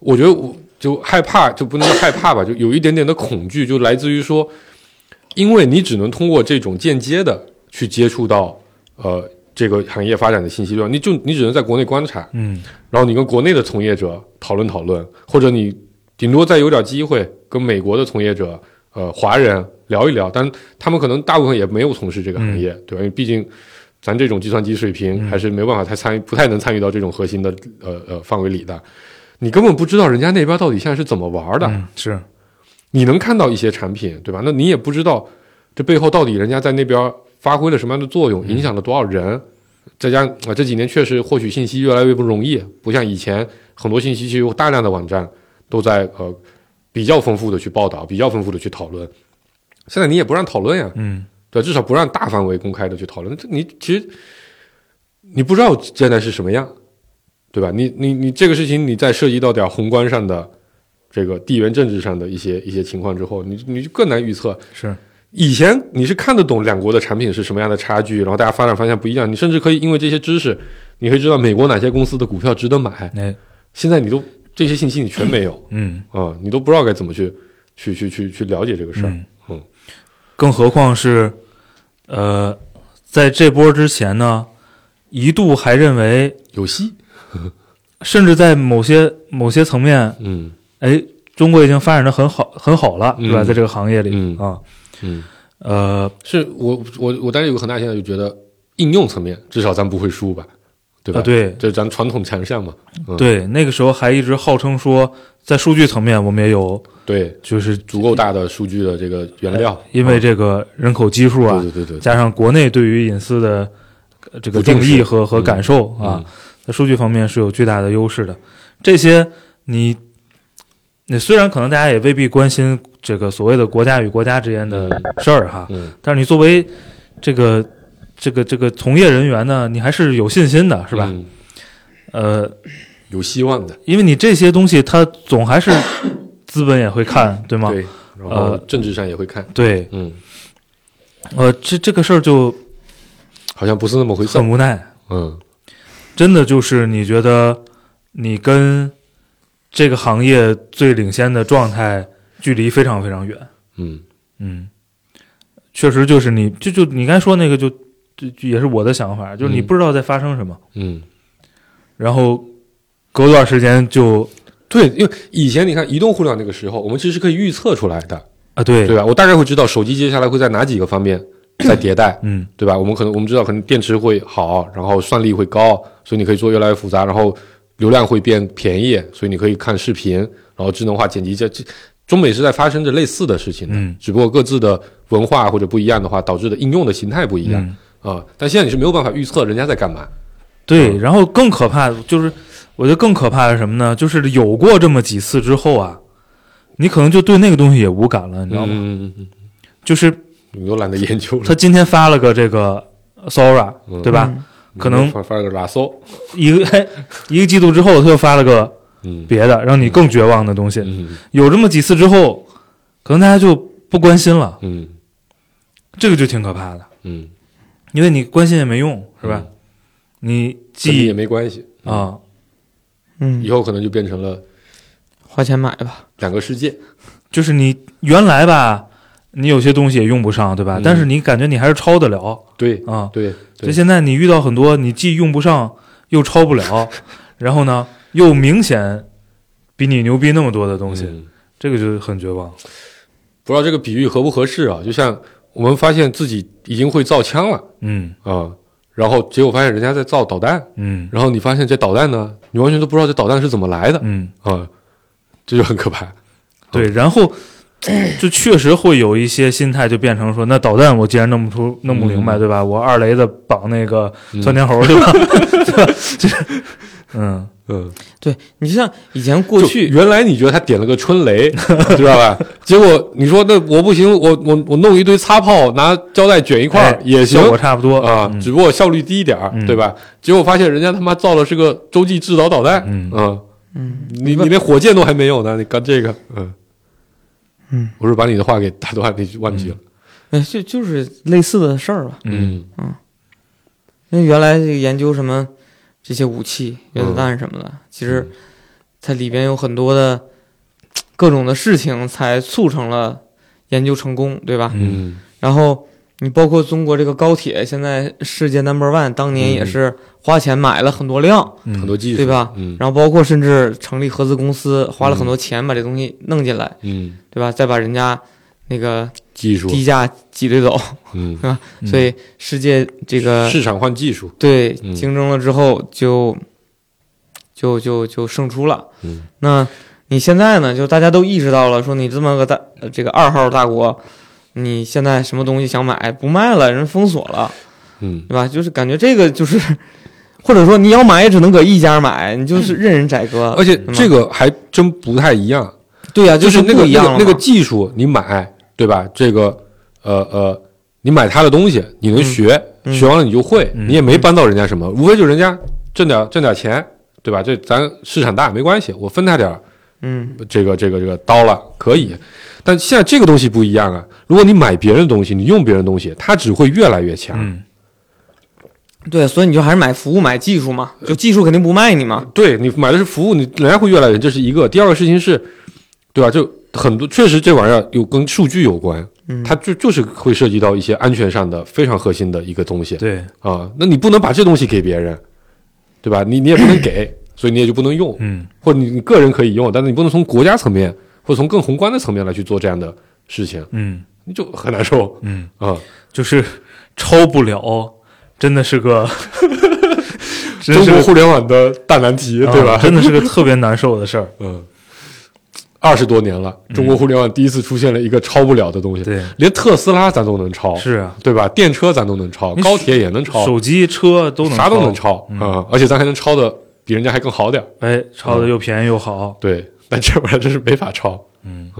[SPEAKER 4] 我觉得我就害怕，就不能叫害怕吧，就有一点点的恐惧，就来自于说，因为你只能通过这种间接的去接触到呃这个行业发展的信息量，你就你只能在国内观察，
[SPEAKER 3] 嗯
[SPEAKER 4] 然后你跟国内的从业者讨论讨论，或者你顶多再有点机会跟美国的从业者，呃，华人聊一聊，但他们可能大部分也没有从事这个行业，对吧？因为毕竟咱这种计算机水平还是没办法太参与，不太能参与到这种核心的呃呃范围里的。你根本不知道人家那边到底现在是怎么玩的，
[SPEAKER 3] 嗯，是，
[SPEAKER 4] 你能看到一些产品，对吧？那你也不知道这背后到底人家在那边发挥了什么样的作用，影响了多少人。再加上啊，这几年确实获取信息越来越不容易，不像以前很多信息其实有大量的网站都在呃比较丰富的去报道，比较丰富的去讨论。现在你也不让讨论呀，
[SPEAKER 3] 嗯
[SPEAKER 4] 对，至少不让大范围公开的去讨论。这你其实你不知道现在是什么样，对吧？你你你这个事情，你再涉及到点宏观上的这个地缘政治上的一些一些情况之后，你你就更难预测。
[SPEAKER 3] 是，
[SPEAKER 4] 以前你是看得懂两国的产品是什么样的差距，然后大家发展方向不一样，你甚至可以因为这些知识，你可以知道美国哪些公司的股票值得买。
[SPEAKER 3] 哎，
[SPEAKER 4] 现在你都这些信息你全没有
[SPEAKER 3] 嗯
[SPEAKER 4] 啊、你都不知道该怎么去去去去去了解这个事儿。
[SPEAKER 3] 嗯
[SPEAKER 4] 嗯
[SPEAKER 3] 更何况是，呃，在这波之前呢，一度还认为，
[SPEAKER 4] 有戏，
[SPEAKER 3] 甚至在某些某些层面，
[SPEAKER 4] 嗯
[SPEAKER 3] 哎，中国已经发展的很好很好了，
[SPEAKER 4] 嗯
[SPEAKER 3] 对吧？在这个行业里、
[SPEAKER 4] 嗯
[SPEAKER 3] 啊，
[SPEAKER 4] 嗯。
[SPEAKER 3] 呃，
[SPEAKER 4] 是我我我当时有个很大现象，就觉得应用层面至少咱不会输吧，对吧？
[SPEAKER 3] 啊，，对
[SPEAKER 4] 这是咱传统强项嘛。嗯
[SPEAKER 3] 对，那个时候还一直号称说，在数据层面我们也有，
[SPEAKER 4] 对，
[SPEAKER 3] 就是
[SPEAKER 4] 足够大的数据的这个原料，
[SPEAKER 3] 因为这个人口基数啊，
[SPEAKER 4] 对对对对，
[SPEAKER 3] 加上国内对于隐私的呃这个
[SPEAKER 4] 不重
[SPEAKER 3] 定
[SPEAKER 4] 视
[SPEAKER 3] 义和和
[SPEAKER 4] 嗯
[SPEAKER 3] 感受啊，
[SPEAKER 4] 嗯
[SPEAKER 3] 在数据方面是有巨大的优势的。这些你，你虽然可能大家也未必关心这个所谓的国家与国家之间的事儿哈，
[SPEAKER 4] 嗯，
[SPEAKER 3] 但是你作为这个这个这个从业人员呢，你还是有信心的，是吧？
[SPEAKER 4] 嗯
[SPEAKER 3] 呃，
[SPEAKER 4] 有希望的，
[SPEAKER 3] 因为你这些东西，它总还是资本也会看，对吗？
[SPEAKER 4] 对。然后
[SPEAKER 3] 呃
[SPEAKER 4] 政治上也会看，
[SPEAKER 3] 对
[SPEAKER 4] 嗯，
[SPEAKER 3] 呃，这这个事儿就
[SPEAKER 4] 好像不是那么回事。
[SPEAKER 3] 很无奈，
[SPEAKER 4] 嗯
[SPEAKER 3] 真的就是你觉得你跟这个行业最领先的状态距离非常非常远。
[SPEAKER 4] 嗯
[SPEAKER 3] 嗯，确实就是你就就你刚才说那个就就就也是我的想法，就是你
[SPEAKER 4] 嗯
[SPEAKER 3] 不知道在发生什么，
[SPEAKER 4] 嗯，
[SPEAKER 3] 然后隔段时间就
[SPEAKER 4] 对，因为以前你看移动互联网那个时候，我们其实是可以预测出来的，
[SPEAKER 3] 啊对
[SPEAKER 4] 对吧？我大概会知道手机接下来会在哪几个方面再迭代，
[SPEAKER 3] 嗯
[SPEAKER 4] 对吧？我们可能我们知道，可能电池会好，然后算力会高，所以你可以做越来越复杂，然后流量会变便宜，所以你可以看视频，然后智能化剪辑这这。中美是在发生着类似的事情的，
[SPEAKER 3] 嗯
[SPEAKER 4] 只不过各自的文化或者不一样的话，导致的应用的形态不一样
[SPEAKER 3] 嗯
[SPEAKER 4] 啊、但现在你是没有办法预测人家在干嘛，嗯
[SPEAKER 3] 对，然后更可怕的就是我觉得更可怕的是什么呢？就是有过这么几次之后啊，你可能就对那个东西也无感了，你知
[SPEAKER 4] 你知
[SPEAKER 3] 道
[SPEAKER 4] 道
[SPEAKER 3] 吗？
[SPEAKER 4] 吗？嗯嗯
[SPEAKER 3] 就是
[SPEAKER 4] 你都懒得研究了，
[SPEAKER 3] 他今天发了个这个 Sora，
[SPEAKER 4] 嗯
[SPEAKER 3] 对吧？
[SPEAKER 2] 嗯
[SPEAKER 3] 可能
[SPEAKER 4] 发发了个拉骚，
[SPEAKER 3] 一个、哎、一个季度之后，他又发了个
[SPEAKER 4] 嗯
[SPEAKER 3] 别的，让你更绝望的东西。
[SPEAKER 4] 嗯
[SPEAKER 3] 有这么几次之后，可能大家就不关心了，
[SPEAKER 4] 嗯
[SPEAKER 3] 这个就挺可怕的，
[SPEAKER 4] 嗯，
[SPEAKER 3] 因为你关心也没用，是吧？你
[SPEAKER 4] 跟你
[SPEAKER 3] 记
[SPEAKER 4] 也
[SPEAKER 3] 忆
[SPEAKER 4] 没嗯关系，
[SPEAKER 3] 啊，
[SPEAKER 2] 嗯
[SPEAKER 4] 以，后可能就变成了
[SPEAKER 2] 花钱买吧。
[SPEAKER 4] 两个世界，
[SPEAKER 3] 就是你原来吧，你有些东西也用不上，对吧？
[SPEAKER 4] 嗯
[SPEAKER 3] 但是你感觉你还是抄得了
[SPEAKER 4] 对
[SPEAKER 3] 啊。
[SPEAKER 4] 对
[SPEAKER 3] 就
[SPEAKER 4] 对，
[SPEAKER 3] 现在你遇到很多你既用不上又抄不了，然后呢又明显比你牛逼那么多的东西，
[SPEAKER 4] 嗯
[SPEAKER 3] 这个就很绝望。
[SPEAKER 4] 不知道这个比喻合不合适啊？就像我们发现自己已经会造枪了
[SPEAKER 3] 嗯
[SPEAKER 4] 啊、然后结果发现人家在造导弹，
[SPEAKER 3] 嗯
[SPEAKER 4] 然后你发现这导弹呢，你完全都不知道这导弹是怎么来的啊、
[SPEAKER 3] 嗯，
[SPEAKER 4] 这就很可怕。
[SPEAKER 3] 对。然后就确实会有一些心态就变成说，那导弹我既然弄不出弄不明白，
[SPEAKER 4] 嗯
[SPEAKER 3] 对吧？我二雷的绑那个
[SPEAKER 4] 嗯
[SPEAKER 3] 窜天猴，对吧？对 吧？就是嗯。
[SPEAKER 4] 嗯，
[SPEAKER 2] 对你像以前过
[SPEAKER 4] 就
[SPEAKER 2] 去，
[SPEAKER 4] 原来你觉得他点了个春雷， 知道吧？结果你说那我不行，我我我弄一堆擦炮，拿胶带卷一块儿、
[SPEAKER 3] 哎
[SPEAKER 4] 也行
[SPEAKER 3] 效，果差不多
[SPEAKER 4] 啊、
[SPEAKER 3] 嗯
[SPEAKER 4] 只不过效率低一点儿，
[SPEAKER 3] 嗯
[SPEAKER 4] 对吧？结果发现人家他妈造了是个洲际制导导弹，啊
[SPEAKER 3] 嗯
[SPEAKER 2] 嗯，
[SPEAKER 4] 你你连火箭都还没有呢，你干这个，嗯
[SPEAKER 2] 嗯，
[SPEAKER 4] 我是把你的话给打断，你忘记了，
[SPEAKER 2] 哎就就是类似的事儿吧。
[SPEAKER 3] 嗯，
[SPEAKER 2] 因为原来这个研究什么这些武器、
[SPEAKER 4] 嗯
[SPEAKER 2] 原子弹什么的，其实它里边有很多的各种的事情，才促成了研究成功，对吧？
[SPEAKER 4] 嗯
[SPEAKER 2] 然后你包括中国这个高铁，现在世界 number one，当年也是花钱买了很多辆，
[SPEAKER 3] 嗯
[SPEAKER 4] 很多嗯技术，
[SPEAKER 2] 对吧
[SPEAKER 4] 嗯
[SPEAKER 2] 然后包括甚至成立合资公司，花了很多钱把这东西弄进来，
[SPEAKER 4] 嗯，
[SPEAKER 2] 对吧？再把人家那个
[SPEAKER 4] 技术，
[SPEAKER 2] 低价挤兑走，
[SPEAKER 4] 嗯，
[SPEAKER 3] 嗯
[SPEAKER 2] 所以世界这个
[SPEAKER 3] 呃
[SPEAKER 4] 市场换技术，
[SPEAKER 2] 对，
[SPEAKER 4] 嗯
[SPEAKER 2] 竞争了之后就就就就胜出了。
[SPEAKER 4] 嗯
[SPEAKER 2] 那你现在呢？就大家都意识到了，说你这么个大呃这个二号大国，你现在什么东西想买不卖了，人封锁了，
[SPEAKER 4] 嗯
[SPEAKER 2] 对吧？就是感觉这个就是，或者说你要买也只能搁一家买，你就是任人宰
[SPEAKER 3] 呃
[SPEAKER 2] 割。
[SPEAKER 4] 而且
[SPEAKER 2] 对吗
[SPEAKER 4] 这个还真不太一样，
[SPEAKER 2] 对呀、
[SPEAKER 4] 就是那个
[SPEAKER 2] 不一样了
[SPEAKER 4] 那个那个
[SPEAKER 2] 嘛
[SPEAKER 4] 技术，你买对吧？这个呃呃，你买他的东西，你能学，
[SPEAKER 2] 嗯
[SPEAKER 4] 学完了你就会，
[SPEAKER 3] 嗯
[SPEAKER 4] 你也没帮到人家什么，无非就是人家挣点挣点钱，对吧？这咱市场大没关系，我分他点儿
[SPEAKER 2] 嗯
[SPEAKER 4] 这个这个这个刀了可以。但现在这个东西不一样啊，如果你买别人的东西，你用别人的东西，它只会越来越强。
[SPEAKER 3] 嗯
[SPEAKER 2] 对，所以你就还是买服务买技术嘛，就技术肯定不卖你嘛。
[SPEAKER 4] 对你买的是服务，你人家会越来越，这是一个。第二个事情是，对吧？就很多确实这玩意儿有跟数据有关，
[SPEAKER 2] 嗯，
[SPEAKER 4] 它就就是会涉及到一些安全上的非常核心的一个东西
[SPEAKER 3] 对，
[SPEAKER 4] 啊。那你不能把这东西给别人，对吧？你你也不能给，所以你也就不能用，
[SPEAKER 3] 嗯
[SPEAKER 4] 或者你你个人可以用，但是你不能从国家层面或者从更宏观的层面来去做这样的事情，
[SPEAKER 3] 嗯
[SPEAKER 4] 你就很难受
[SPEAKER 3] 嗯，
[SPEAKER 4] 啊。
[SPEAKER 3] 就是超不了，真的是 个，真
[SPEAKER 4] 中
[SPEAKER 3] 是
[SPEAKER 4] 国
[SPEAKER 3] 个
[SPEAKER 4] 互联网的大难题，对
[SPEAKER 3] 啊
[SPEAKER 4] 吧？
[SPEAKER 3] 真的是个特别难受的事儿。
[SPEAKER 4] 嗯，二十多年了，中国互联网第一次出现了一个超不了的东西，
[SPEAKER 3] 嗯对，
[SPEAKER 4] 连特斯拉咱都能超，
[SPEAKER 3] 是啊，
[SPEAKER 4] 对吧？电车咱都能超，
[SPEAKER 3] 你
[SPEAKER 4] 高铁也能超，
[SPEAKER 3] 手机、车都能
[SPEAKER 4] 啥都能，超啊、
[SPEAKER 3] 嗯
[SPEAKER 4] 而且咱还能超的比人家还更好点儿
[SPEAKER 3] 哎，抄
[SPEAKER 4] 嗯
[SPEAKER 3] 的又便宜又好，
[SPEAKER 4] 对， 但这玩意儿真是没法超。
[SPEAKER 3] 嗯，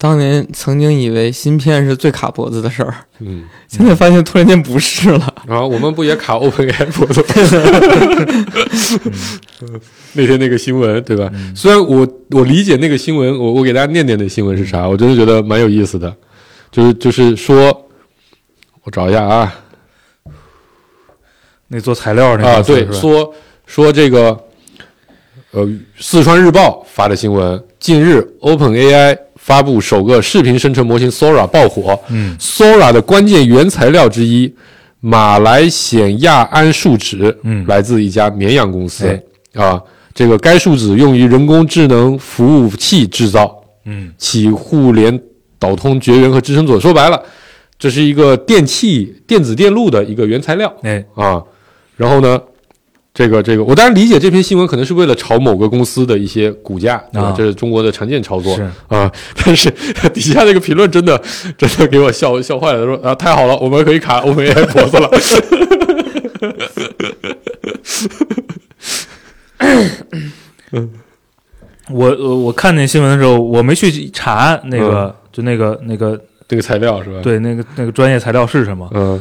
[SPEAKER 2] 当年曾经以为芯片是最卡脖子的事儿，
[SPEAKER 4] 嗯，
[SPEAKER 2] 现在发现突然间不是 了。
[SPEAKER 4] 然后啊我们不也卡 OpenAI 脖子吗？那天那个新闻对吧？虽然我我理解那个新闻，我我给大家念念那新闻是啥，我真的觉得蛮有意思的，就是就是说，我找一下啊
[SPEAKER 3] 那做材料那
[SPEAKER 4] 啊，
[SPEAKER 3] 公司
[SPEAKER 4] 对
[SPEAKER 3] 是，吧
[SPEAKER 4] 说说这个，呃，四川日报发的新闻，近日 OpenAI 发布首个视频生成模型 Sora 爆火，
[SPEAKER 3] 嗯
[SPEAKER 4] Sora 的关键原材料之一马来显亚桉树脂，
[SPEAKER 3] 嗯
[SPEAKER 4] 来自一家绵阳公司、
[SPEAKER 3] 哎
[SPEAKER 4] 啊。这个该树脂用于人工智能服务器制造，
[SPEAKER 3] 嗯
[SPEAKER 4] 起互联导通绝缘和支撑作用。说白了，这是一个电器电子电路的一个原材料
[SPEAKER 3] 哎
[SPEAKER 4] 啊。然后呢，这个这个，我当然理解这篇新闻可能是为了炒某个公司的一些股价，对吧
[SPEAKER 3] 啊
[SPEAKER 4] 这是中国的常见操作。
[SPEAKER 3] 是
[SPEAKER 4] 啊，但是底下那个评论真的真的给我笑笑坏了，说啊太好了，我们可以卡 OpenAI 脖子了。
[SPEAKER 3] 我我我看那新闻的时候，我没去查那
[SPEAKER 4] 嗯
[SPEAKER 3] 个就那个那个
[SPEAKER 4] 这个材料是吧？，
[SPEAKER 3] 对那个那个专业材料是什么，
[SPEAKER 4] 嗯，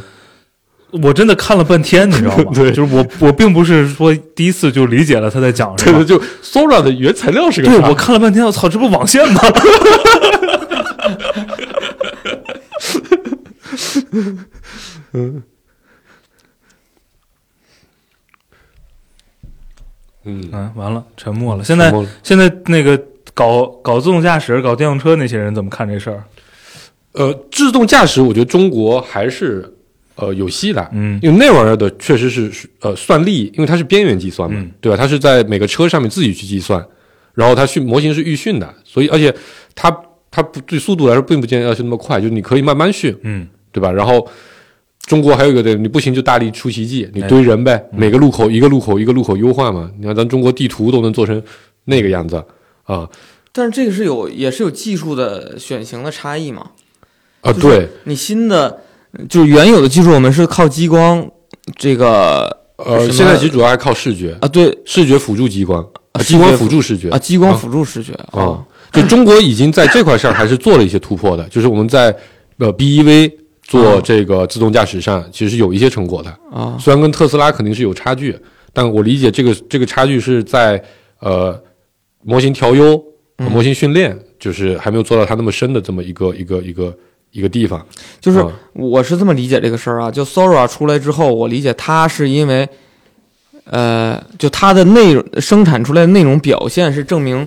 [SPEAKER 3] 我真的看了半天，你知道吗？
[SPEAKER 4] 对
[SPEAKER 3] 就是我我并不是说第一次就理解了他在讲什
[SPEAKER 4] 对
[SPEAKER 3] 么
[SPEAKER 4] 对，，就 Sora 的原材料是个
[SPEAKER 3] 对
[SPEAKER 4] 啥
[SPEAKER 3] 我看了半天，我操，这不网线吗？
[SPEAKER 4] 嗯，
[SPEAKER 3] 嗯，完了，沉默了。现在
[SPEAKER 4] 沉默了
[SPEAKER 3] 现在那个搞搞自动驾驶、搞电动车那些人怎么看这事儿？
[SPEAKER 4] 呃，自动驾驶，我觉得中国还是呃有戏的，
[SPEAKER 3] 嗯
[SPEAKER 4] 因为那玩意儿的确实是呃算力，因为它是边缘计算嘛，
[SPEAKER 3] 嗯
[SPEAKER 4] 对吧？它是在每个车上面自己去计算，然后它训模型是预训的，所以而且它它不对速度来说并不见得要去那么快，就是你可以慢慢训，
[SPEAKER 3] 嗯，
[SPEAKER 4] 对吧？然后中国还有一个对，你不行就大力出奇迹，你
[SPEAKER 3] 哎
[SPEAKER 4] 堆人呗，每个路口一个路口一个路口优化嘛。你看咱中国地图都能做成那个样子啊
[SPEAKER 2] 但是这个是有也是有技术的选型的差异嘛？
[SPEAKER 4] 啊，
[SPEAKER 2] 就是
[SPEAKER 4] 对，
[SPEAKER 2] 你新的就是原有的技术，我们是靠激光这个
[SPEAKER 4] 呃
[SPEAKER 2] 什，么
[SPEAKER 4] 现在其实主要还靠视觉，
[SPEAKER 2] 啊，对
[SPEAKER 4] 视觉辅助激光，啊
[SPEAKER 2] 啊
[SPEAKER 4] 激光
[SPEAKER 2] 视觉
[SPEAKER 4] 辅助视觉
[SPEAKER 2] 啊，激光辅助视觉
[SPEAKER 4] 啊，，就中国已经在这块上还是做了一些突破的， 就是我们在呃 BEV 做
[SPEAKER 2] 哦
[SPEAKER 4] 这个自动驾驶上，其实有一些成果的。
[SPEAKER 2] 啊
[SPEAKER 4] 虽然跟特斯拉肯定是有差距，但我理解这个这个差距是在呃模型调优、
[SPEAKER 2] 嗯
[SPEAKER 4] 模型训练，就是还没有做到它那么深的这么一个一个一个一个地方。
[SPEAKER 2] 嗯就是
[SPEAKER 4] 啊
[SPEAKER 2] 我是这么理解这个事儿啊，就 Sora 出来之后，我理解它是因为，呃，就它的内容生产出来的内容表现是证明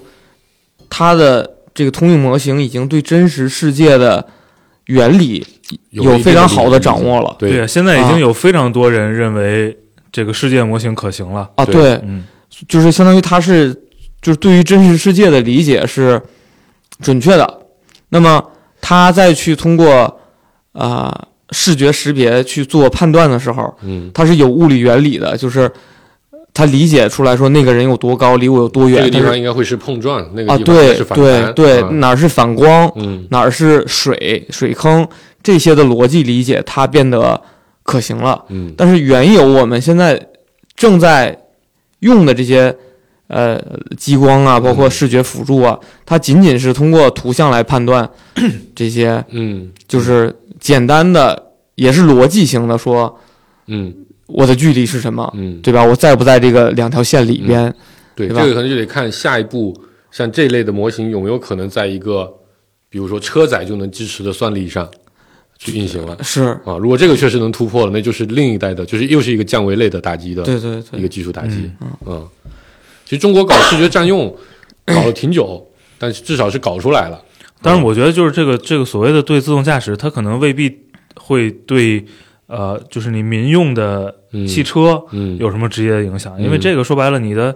[SPEAKER 2] 它的这个通用模型已经对真实世界的原理有非常好的掌握了
[SPEAKER 4] 对
[SPEAKER 3] 啊，现在已经有非常多人认为这个世界模型可行了。
[SPEAKER 2] 啊，
[SPEAKER 4] 对
[SPEAKER 2] 对，
[SPEAKER 3] 嗯，
[SPEAKER 2] 就是相当于它是就是对于真实世界的理解是准确的，那么它再去通过啊、呃视觉识别去做判断的时候。
[SPEAKER 4] 嗯，
[SPEAKER 2] 它是有物理原理的，就是他理解出来说那个人有多高，离我有多
[SPEAKER 4] 这
[SPEAKER 2] 远。
[SPEAKER 4] 个地
[SPEAKER 2] 它
[SPEAKER 4] 方
[SPEAKER 2] 是
[SPEAKER 4] 应该会是碰撞，那个
[SPEAKER 2] 啊，
[SPEAKER 4] 地方应该
[SPEAKER 2] 对
[SPEAKER 4] 是反
[SPEAKER 2] 对
[SPEAKER 4] 弹，
[SPEAKER 2] 对，
[SPEAKER 4] 啊
[SPEAKER 2] 哪儿是反光，
[SPEAKER 4] 嗯
[SPEAKER 2] 哪儿是水水坑这些的逻辑理解，它变得可行了。
[SPEAKER 4] 嗯
[SPEAKER 2] 但是原有我们现在正在用的这些呃激光啊，包括视觉辅助啊，它仅仅是通过图像来判断 这些，
[SPEAKER 4] 嗯
[SPEAKER 2] 就是简单的也是逻辑型的说
[SPEAKER 4] 嗯
[SPEAKER 2] 我的距离是什么，
[SPEAKER 4] 嗯，
[SPEAKER 2] 对吧？我在不在这个两条线里边？
[SPEAKER 4] 对，这
[SPEAKER 2] 对吧
[SPEAKER 4] 个可能就得看下一步，像这类的模型有没有可能在一个比如说车载就能支持的算力上去运行了。
[SPEAKER 2] 嗯是，
[SPEAKER 4] 啊，如果这个确实能突破了，那就是另一代的，就是又是一个降维类的打击的
[SPEAKER 2] 对对
[SPEAKER 4] 一
[SPEAKER 2] 对，
[SPEAKER 4] 个技术打击。嗯其实中国搞视觉占用搞了挺久，但是至少是搞出来了。
[SPEAKER 3] 但是我觉得就是这个这个所谓的对自动驾驶，它可能未必会对呃，就是你民用的
[SPEAKER 4] 嗯，
[SPEAKER 3] 汽车
[SPEAKER 4] 嗯，
[SPEAKER 3] 有什么直接的影响，因为
[SPEAKER 4] 嗯
[SPEAKER 3] 这个说白了，你的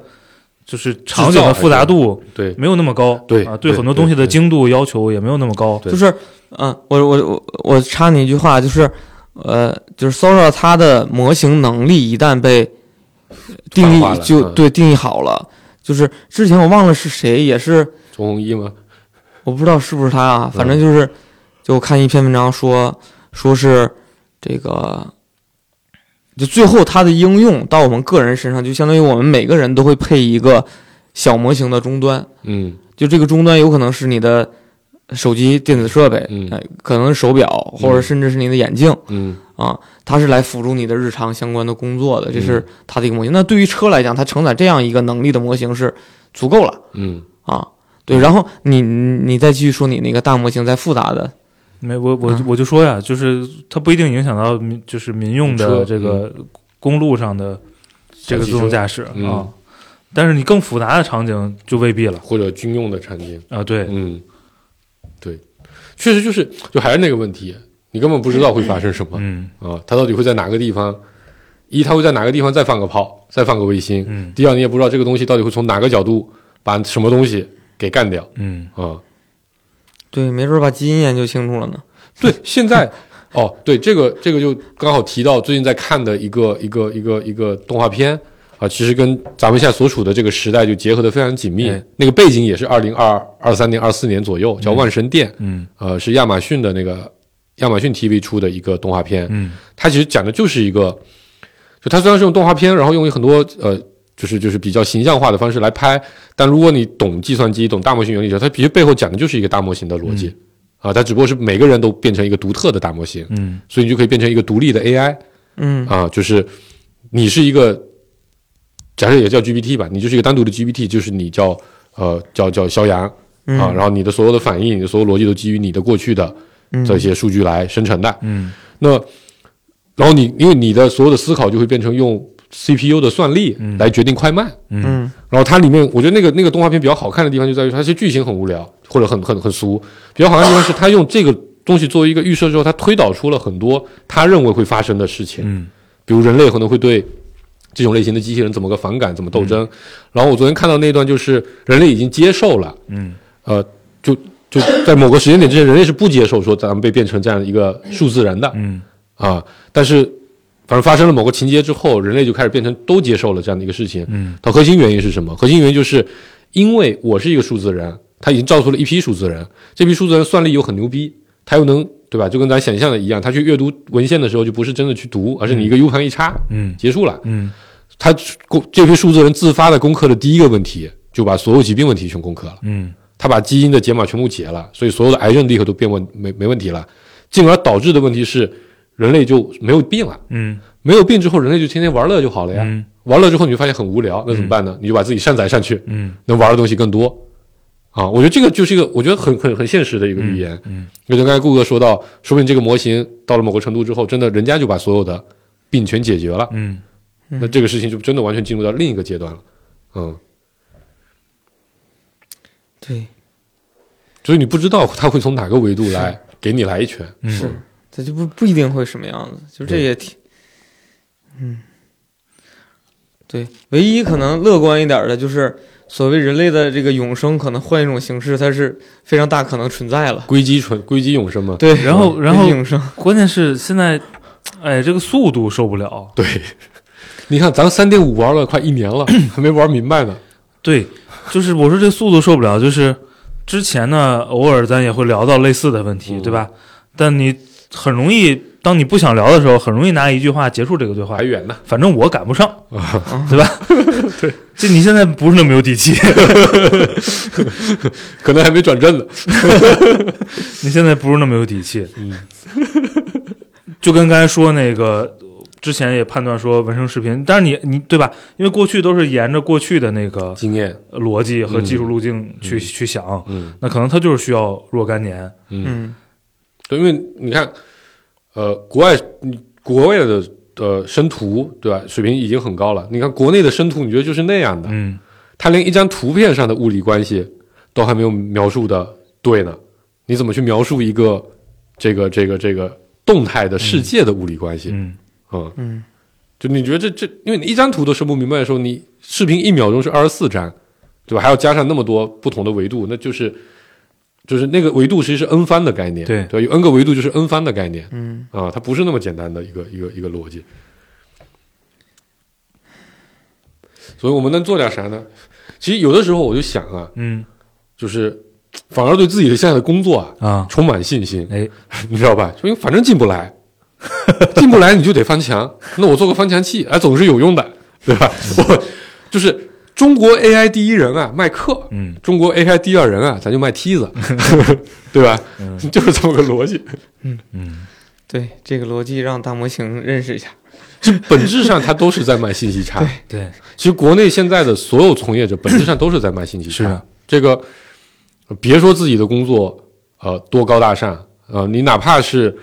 [SPEAKER 3] 就是场景的复杂度
[SPEAKER 4] 对，
[SPEAKER 3] 没有那么高，
[SPEAKER 4] 对
[SPEAKER 3] 啊，
[SPEAKER 4] 对
[SPEAKER 3] 对很多东西的精度要求也没有那么高，
[SPEAKER 4] 对
[SPEAKER 2] 就是，嗯、我我我我插你一句话，就是，呃，就是 Sora 它的模型能力一旦被定
[SPEAKER 4] 泛化
[SPEAKER 2] 义
[SPEAKER 4] 了
[SPEAKER 2] 就
[SPEAKER 4] 嗯
[SPEAKER 2] 对定义好了，就是之前我忘了是谁，也是
[SPEAKER 4] 钟红一吗？
[SPEAKER 2] 我不知道是不是他啊，反
[SPEAKER 4] 嗯
[SPEAKER 2] 正就是，就我看一篇文章说，说是这个，就最后它的应用到我们个人身上，就相当于我们每个人都会配一个小模型的终端，
[SPEAKER 4] 嗯
[SPEAKER 2] 就这个终端有可能是你的手机电子设备，
[SPEAKER 4] 嗯
[SPEAKER 2] 呃可能是手表，或者甚至是你的眼镜。
[SPEAKER 4] 嗯
[SPEAKER 2] 啊，它是来辅助你的日常相关的工作的，这是
[SPEAKER 4] 嗯
[SPEAKER 2] 它的一个模型。那对于车来讲，它承载这样一个能力的模型是足够了
[SPEAKER 4] 嗯，
[SPEAKER 2] 啊。对，然后你你你再继续说你那个大模型再复杂的，
[SPEAKER 3] 没，我我
[SPEAKER 2] 啊
[SPEAKER 3] 我就说呀，就是它不一定影响到民，就是民用
[SPEAKER 4] 车嗯
[SPEAKER 3] 的这个公路上的这个
[SPEAKER 4] 小汽
[SPEAKER 3] 自动
[SPEAKER 4] 车
[SPEAKER 3] 驾驶
[SPEAKER 4] 嗯
[SPEAKER 3] 啊，但是你更复杂的场景就未必了
[SPEAKER 4] 或者军用的产品，
[SPEAKER 3] 啊。对，
[SPEAKER 4] 嗯，对，确实就是就还是那个问题，你根本不知道会发生什么
[SPEAKER 3] 嗯
[SPEAKER 4] 啊，它到底会在哪个地方？一，它会在哪个地方再放个炮，再放个卫星；
[SPEAKER 3] 嗯
[SPEAKER 4] 第二，你也不知道这个东西到底会从哪个角度把什么东西给干掉
[SPEAKER 3] 嗯，
[SPEAKER 4] 啊。
[SPEAKER 2] 对，没准儿把基因研究清楚了呢。
[SPEAKER 4] 对，现在哦，对这个这个就刚好提到最近在看的一个一个一个一个动画片啊，其实跟咱们现在所处的这个时代就结合的非常紧密。
[SPEAKER 3] 哎
[SPEAKER 4] 那个背景也是二零二二三年、二四年左右，叫《万神殿》，
[SPEAKER 3] 嗯
[SPEAKER 4] 呃，是亚马逊的那个亚马逊 TV 出的一个动画片。
[SPEAKER 3] 嗯
[SPEAKER 4] 它其实讲的就是一个，就它虽然是用动画片，然后用很多呃，就是就是比较形象化的方式来拍，但如果你懂计算机、懂大模型原理的时候，它其实背后讲的就是一个大模型的逻
[SPEAKER 2] 嗯
[SPEAKER 4] 辑、啊，它只不过是每个人都变成一个独特的大模型，
[SPEAKER 3] 嗯
[SPEAKER 4] 所以你就可以变成一个独立的 AI
[SPEAKER 2] 嗯
[SPEAKER 4] 啊，就是你是一个，假设也叫 GPT 吧，你就是一个单独的 GPT，就是你叫呃叫叫肖阳
[SPEAKER 2] 嗯
[SPEAKER 4] 啊，然后你的所有的反应、你的所有逻辑都基于你的过去的
[SPEAKER 2] 嗯
[SPEAKER 4] 这些数据来生成的，
[SPEAKER 3] 嗯
[SPEAKER 4] 那然后你因为你的所有的思考就会变成用 CPU 的算力
[SPEAKER 3] 嗯
[SPEAKER 4] 来决定快慢。
[SPEAKER 3] 嗯
[SPEAKER 2] 嗯
[SPEAKER 4] 然后它里面，我觉得那个那个动画片比较好看的地方就在于它其实剧情很无聊或者很很很俗，比较好看的地方是它用这个东西作为一个预设之后，它推导出了很多他认为会发生的事情。
[SPEAKER 3] 嗯
[SPEAKER 4] 比如人类可能会对这种类型的机器人怎么个反感，怎么斗争。
[SPEAKER 3] 嗯
[SPEAKER 4] 然后我昨天看到那段，就是人类已经接受了，
[SPEAKER 3] 嗯，
[SPEAKER 4] 呃，就就在某个时间点之前，人类是不接受说咱们被变成这样一个数字人的，
[SPEAKER 3] 嗯
[SPEAKER 4] 啊，但是反正发生了某个情节之后，人类就开始变成都接受了这样的一个事情。
[SPEAKER 3] 嗯
[SPEAKER 4] 它核心原因是什么？核心原因就是因为我是一个数字人，他已经造出了一批数字人，这批数字人算力又很牛逼，他又能对吧？就跟咱想象的一样，他去阅读文献的时候就不是真的去读，而是你一个 U 盘一插，
[SPEAKER 3] 嗯
[SPEAKER 4] 结束了。
[SPEAKER 3] 嗯
[SPEAKER 4] 他这批数字人自发的攻克了第一个问题，就把所有疾病问题全攻克了。
[SPEAKER 3] 嗯
[SPEAKER 4] 他把基因的解码全部解了，所以所有的癌症立刻都变问没没问题了，进而导致的问题是人类就没有病了，
[SPEAKER 3] 嗯
[SPEAKER 4] 没有病之后人类就天天玩乐就好了呀，
[SPEAKER 3] 嗯
[SPEAKER 4] 玩乐之后你就发现很无聊，那怎么办呢？你就把自己善宰善去，
[SPEAKER 3] 嗯
[SPEAKER 4] 能玩的东西更多啊！我觉得这个就是一个我觉得很很很现实的一个预言，
[SPEAKER 3] 嗯
[SPEAKER 4] 就像刚才顾哥说到，说不定这个模型到了某个程度之后，真的人家就把所有的病全解决了，
[SPEAKER 3] 嗯
[SPEAKER 4] 那这个事情就真的完全进入到另一个阶段了，嗯，
[SPEAKER 2] 对，
[SPEAKER 4] 所以你不知道他会从哪个维度来给你来一拳，
[SPEAKER 3] 嗯
[SPEAKER 2] 是，这就不不一定会什么样子，就这
[SPEAKER 4] 对
[SPEAKER 2] 也挺，嗯，嗯对，唯一可能乐观一点儿的就是所谓人类的这个永生，可能换一种形式，它是非常大可能存在了。
[SPEAKER 4] 硅基纯硅基永生嘛，
[SPEAKER 2] 对，
[SPEAKER 3] 然后然后
[SPEAKER 2] 永生，
[SPEAKER 3] 关键是现在，哎，这个速度受不了。
[SPEAKER 4] 对， 你看咱三点五玩了快一年了，还没玩明白呢。
[SPEAKER 3] 对，就是我说这速度受不了，就是之前呢，偶尔咱也会聊到类似的问题，
[SPEAKER 4] 嗯
[SPEAKER 3] 对吧？但你很容易，当你不想聊的时候，很容易拿一句话结束这个对话
[SPEAKER 4] 还。远呢，
[SPEAKER 3] 反正我赶不上，对吧？对，这你现在不是那么有底气，
[SPEAKER 4] 可能还没转正呢。
[SPEAKER 3] 你现在不是那么有底气。
[SPEAKER 4] 嗯，
[SPEAKER 3] 就跟刚才说那个，之前也判断说文生视频，但是你你对吧？因为过去都是沿着过去的那个
[SPEAKER 4] 经验，
[SPEAKER 3] 逻辑和
[SPEAKER 4] 嗯
[SPEAKER 3] 技术路径去、
[SPEAKER 4] 嗯
[SPEAKER 3] 去想，
[SPEAKER 4] 嗯
[SPEAKER 3] 那可能它就是需要若干年。
[SPEAKER 4] 嗯，
[SPEAKER 2] 嗯
[SPEAKER 4] 对，因为你看，呃，国外你国外的呃生图对吧，水平已经很高了。你看国内的生图，你觉得就是那样的，
[SPEAKER 3] 嗯
[SPEAKER 4] 他连一张图片上的物理关系都还没有描述的对呢，你怎么去描述一个这个这个这个动态的世界的物理关系？
[SPEAKER 3] 嗯
[SPEAKER 4] 嗯
[SPEAKER 2] 嗯，
[SPEAKER 4] 就你觉得这这，因为你一张图都生不明白的时候，你视频一秒钟是二十四张，对吧？还要加上那么多不同的维度，那就是就是那个维度其实是 n 番的概念，
[SPEAKER 3] 对
[SPEAKER 4] 对吧，有 n 个维度就是 n 番的概念
[SPEAKER 2] 嗯，
[SPEAKER 4] 啊，它不是那么简单的一个一个一个逻辑。所以我们能做点啥呢？其实有的时候我就想啊，
[SPEAKER 3] 嗯
[SPEAKER 4] 就是反而对自己的现在的工作啊
[SPEAKER 3] 啊，
[SPEAKER 4] 充满信心，
[SPEAKER 3] 哎，
[SPEAKER 4] 你知道吧？就因为反正进不来，进不来你就得翻墙， 那我做个翻墙器，哎，总是有用的，对吧？
[SPEAKER 3] 嗯
[SPEAKER 4] 我就是中国 AI 第一人啊，卖课。
[SPEAKER 3] 嗯，
[SPEAKER 4] 中国 AI 第二人啊，咱就卖 梯子，对吧？
[SPEAKER 3] 嗯
[SPEAKER 4] 就是这么个逻辑。
[SPEAKER 2] 对这个逻辑，让大模型认识一下。
[SPEAKER 4] 这本质上它都是在卖信息差。
[SPEAKER 3] 对，
[SPEAKER 4] 其实国内现在的所有从业者，本质上都是在卖信息差。
[SPEAKER 3] 是啊
[SPEAKER 4] 这个呃别说自己的工作呃多高大上，呃，你哪怕是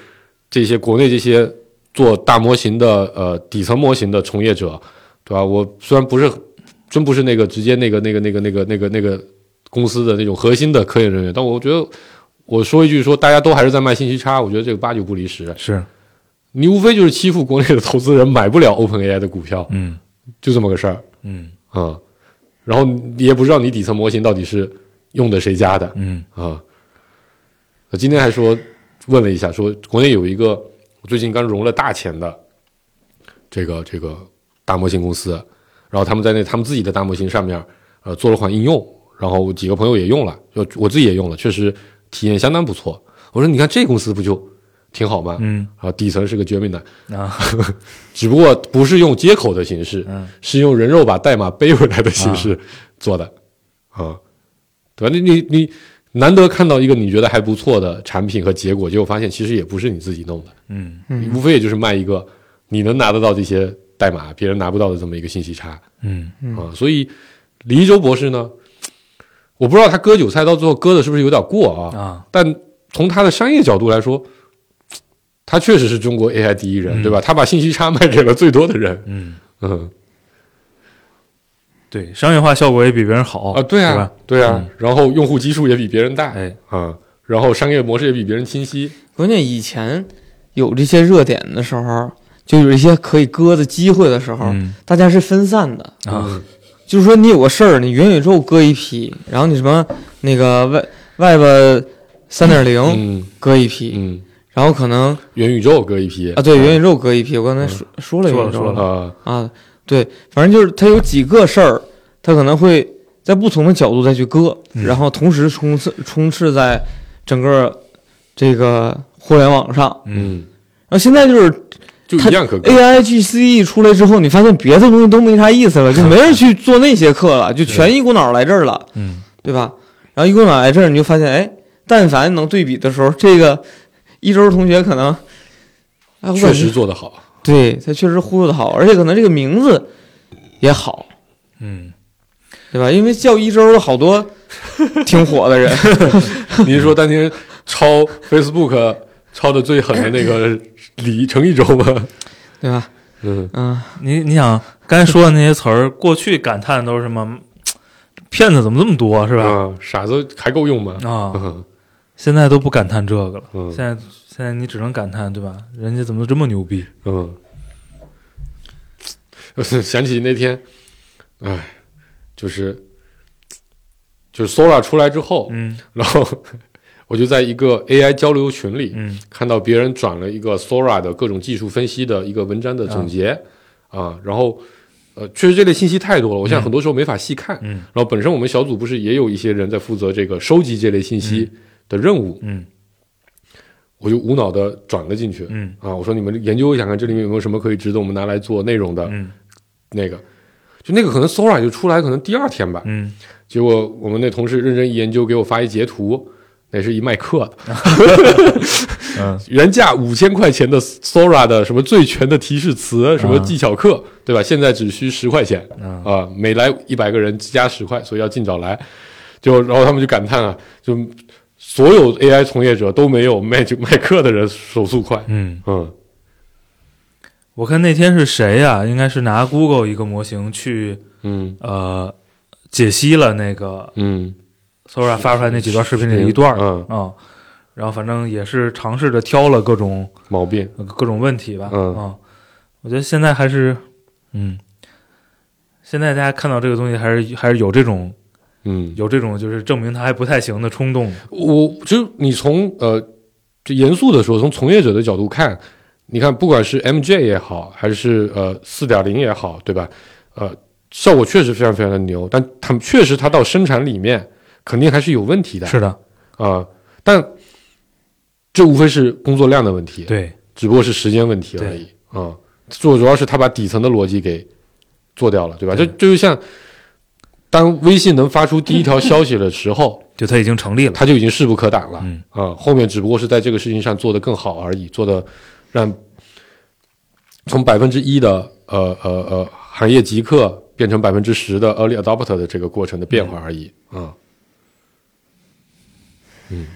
[SPEAKER 4] 这些国内这些做大模型的呃底层模型的从业者，对吧？我虽然不是真不是那个直接那个那个那个那个那个那个公司的那种核心的科研人员，但我觉得我说一句说大家都还是在卖信息差，我觉得这个八九不离十。
[SPEAKER 3] 是，
[SPEAKER 4] 你无非就是欺负国内的投资人买不了 OpenAI 的股票，
[SPEAKER 3] 嗯
[SPEAKER 4] 就这么个事儿。
[SPEAKER 3] 嗯
[SPEAKER 4] 啊、然后你也不知道你底层模型到底是用的谁家的
[SPEAKER 3] 嗯
[SPEAKER 4] 啊。我今天还说问了一下，说国内有一个我最近刚融了大钱的这个这个大模型公司，然后他们在那他们自己的大模型上面呃做了款应用，然后我几个朋友也用了，就我自己也用了，确实体验相当不错。我说你看这公司不就挺好吗？
[SPEAKER 3] 嗯
[SPEAKER 4] 啊，底层是个绝命男，
[SPEAKER 3] 啊，
[SPEAKER 4] 只不过不是用接口的形式，
[SPEAKER 3] 嗯
[SPEAKER 4] 是用人肉把代码背回来的形式做的，啊、对吧？你你你难得看到一个你觉得还不错的产品和结果，结果发现其实也不是你自己弄的，
[SPEAKER 3] 嗯
[SPEAKER 2] 嗯
[SPEAKER 4] 无非也就是卖一个你能拿得到这些代码，别人拿不到的这么一个信息差啊、
[SPEAKER 3] 嗯
[SPEAKER 4] 所以李一舟博士呢，我不知道他割韭菜到最后割的是不是有点过啊？
[SPEAKER 3] 啊，
[SPEAKER 4] 但从他的商业角度来说，他确实是中国 AI 第一人，
[SPEAKER 3] 嗯
[SPEAKER 4] 对吧？他把信息差卖给了最多的人，
[SPEAKER 3] 嗯，
[SPEAKER 4] 嗯。
[SPEAKER 3] 对，商业化效果也比别人好
[SPEAKER 4] 啊，对
[SPEAKER 3] 哦是
[SPEAKER 4] 啊
[SPEAKER 3] 吧，
[SPEAKER 4] 对啊
[SPEAKER 3] 嗯，
[SPEAKER 4] 然后用户基数也比别人大，
[SPEAKER 3] 哎，
[SPEAKER 4] 啊，然后商业模式也比别人清晰，
[SPEAKER 2] 关键以前有这些热点的时候，就有一些可以割的机会的时候，
[SPEAKER 3] 嗯
[SPEAKER 2] 大家是分散的。
[SPEAKER 3] 啊，
[SPEAKER 2] 就是说你有个事儿，你元宇宙割一批，然后你什么那个外外边三点零
[SPEAKER 4] 嗯
[SPEAKER 2] 割一批，
[SPEAKER 4] 嗯，
[SPEAKER 2] 然后可能
[SPEAKER 4] 元宇宙搁一批
[SPEAKER 2] 啊对元宇宙割一批，我刚才说、说了元宇宙
[SPEAKER 3] 说了说了
[SPEAKER 4] 啊，
[SPEAKER 2] 啊，对，反正就是它有几个事儿，它可能会在不同的角度再去割，
[SPEAKER 3] 嗯
[SPEAKER 2] 然后同时充斥充斥在整个这个互联网上。
[SPEAKER 3] 嗯，
[SPEAKER 4] 嗯，
[SPEAKER 2] 然后现在就是
[SPEAKER 4] 就一样可割，
[SPEAKER 2] AI GCE E 出来之后，你发现别的东西都没啥意思了，就没 人去做那些课了，就全一股脑儿来这儿了，
[SPEAKER 3] 嗯
[SPEAKER 2] 对吧？然后一股脑儿来这儿，你就发现，哎，但凡能对比的时候，这个一周同学可能，哎，我
[SPEAKER 4] 确
[SPEAKER 2] 感
[SPEAKER 4] 实
[SPEAKER 2] 觉
[SPEAKER 4] 做得好，
[SPEAKER 2] 对他确实忽悠的好，而且可能这个名字也好，
[SPEAKER 3] 嗯，
[SPEAKER 2] 对吧？因为叫一周的好多挺火的 人，
[SPEAKER 3] 哎
[SPEAKER 4] 您说当年抄 Facebook 抄的最狠的 那个李程一舟吗？
[SPEAKER 2] 对吧？
[SPEAKER 4] 嗯，
[SPEAKER 2] 嗯，
[SPEAKER 3] 你你想刚才说的那些词儿，过去感叹都是什么？骗子怎么这么多，是吧？
[SPEAKER 4] 啊，傻子还够用吗？
[SPEAKER 3] 啊，
[SPEAKER 4] 嗯
[SPEAKER 3] 现在都不感叹这个了，
[SPEAKER 4] 嗯
[SPEAKER 3] 现在现在你只能感叹，对吧？人家怎么这么牛逼？
[SPEAKER 4] 嗯，我 想起那天，哎，就是就是 Sora 出来之后，
[SPEAKER 3] 嗯
[SPEAKER 4] 然后我就在一个 AI 交流群里
[SPEAKER 3] 嗯
[SPEAKER 4] 看到别人转了一个 Sora 的各种技术分析的一个文章的总结啊，然后呃，确实这类信息太多了，我现在很多时候没法细看。
[SPEAKER 3] 嗯
[SPEAKER 4] 然后本身我们小组不是也有一些人在负责这个收集这类信息的任务，
[SPEAKER 3] 嗯
[SPEAKER 4] 我就无脑的转了进去
[SPEAKER 3] 嗯
[SPEAKER 4] 啊，我说你们研究一下看这里面有没有什么可以值得我们拿来做内容的
[SPEAKER 3] 嗯
[SPEAKER 4] 那个。就那个可能 Sora 就出来，可能第二天吧，
[SPEAKER 3] 嗯
[SPEAKER 4] 结果我们那同事认真一研究，给我发一截图，那是一卖课的，
[SPEAKER 3] 嗯
[SPEAKER 4] 原价五千块钱的 Sora 的什么最全的提示词，什么技巧课，对吧？现在只需十块钱
[SPEAKER 3] 嗯
[SPEAKER 4] 啊、每来一百个人加十块，所以要尽早来。就然后他们就感叹啊，就所有 AI 从业者都没有卖就卖课的人手速快，
[SPEAKER 3] 嗯。
[SPEAKER 4] 嗯
[SPEAKER 3] 我看那天是谁呀、应该是拿 Google 一个模型去
[SPEAKER 4] 嗯
[SPEAKER 3] 呃解析了那个
[SPEAKER 4] 嗯，
[SPEAKER 3] Sora 发出来那几段视频里的一段儿啊、
[SPEAKER 4] 嗯
[SPEAKER 3] 然后反正也是尝试着挑了各种
[SPEAKER 4] 毛病，
[SPEAKER 3] 各种问题吧，
[SPEAKER 4] 嗯
[SPEAKER 3] 啊我觉得现在还是嗯，现在大家看到这个东西还是还是有这种
[SPEAKER 4] 嗯，
[SPEAKER 3] 有这种就是证明它还不太行的冲动，
[SPEAKER 4] 我就你从呃，就严肃的说，从从业者的角度看，你看不管是 MJ 也好，还是呃四点零也好，对吧？呃，效果确实非常非常的牛，但他们确实它到生产里面肯定还是有问题的，
[SPEAKER 3] 是的，
[SPEAKER 4] 啊、但这无非是工作量的问题，
[SPEAKER 3] 对，
[SPEAKER 4] 只不过是时间问题而已啊。做、主要是他把底层的逻辑给做掉了，对吧？
[SPEAKER 3] 对
[SPEAKER 4] 这这就像当微信能发出第一条消息的时候，
[SPEAKER 3] 就它已经成立了，
[SPEAKER 4] 他就已经势不可挡了，
[SPEAKER 3] 嗯
[SPEAKER 4] 啊、后面只不过是在这个事情上做得更好而已，做的让从百分之一的呃呃呃行业极客变成百分之十的 early adopter 的这个过程的变化而已，啊、嗯，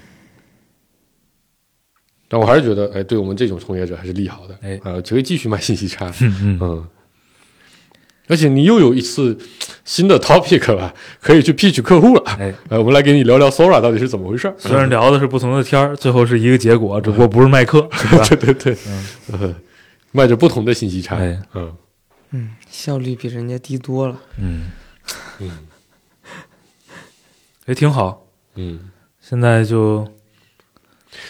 [SPEAKER 4] 但我还是觉得，哎，对我们这种从业者还是利好的，
[SPEAKER 3] 哎
[SPEAKER 4] 呃，就会继续卖信息差，
[SPEAKER 3] 嗯嗯，
[SPEAKER 4] 嗯，而且你又有一次新的 topic 了，可以去 pitch 客户了。
[SPEAKER 3] 哎，
[SPEAKER 4] 呃，我们来给你聊聊 Sora 到底是怎么回事儿。
[SPEAKER 3] 虽然聊的是不同的天儿，最后是一个结果，只不过不是卖课，嗯是吧？
[SPEAKER 4] 对对对，嗯，卖着不同的信息差。
[SPEAKER 3] 哎
[SPEAKER 4] 嗯，
[SPEAKER 2] 嗯，效率比人家低多了。
[SPEAKER 3] 嗯，也哎挺好。
[SPEAKER 4] 嗯，
[SPEAKER 3] 现在就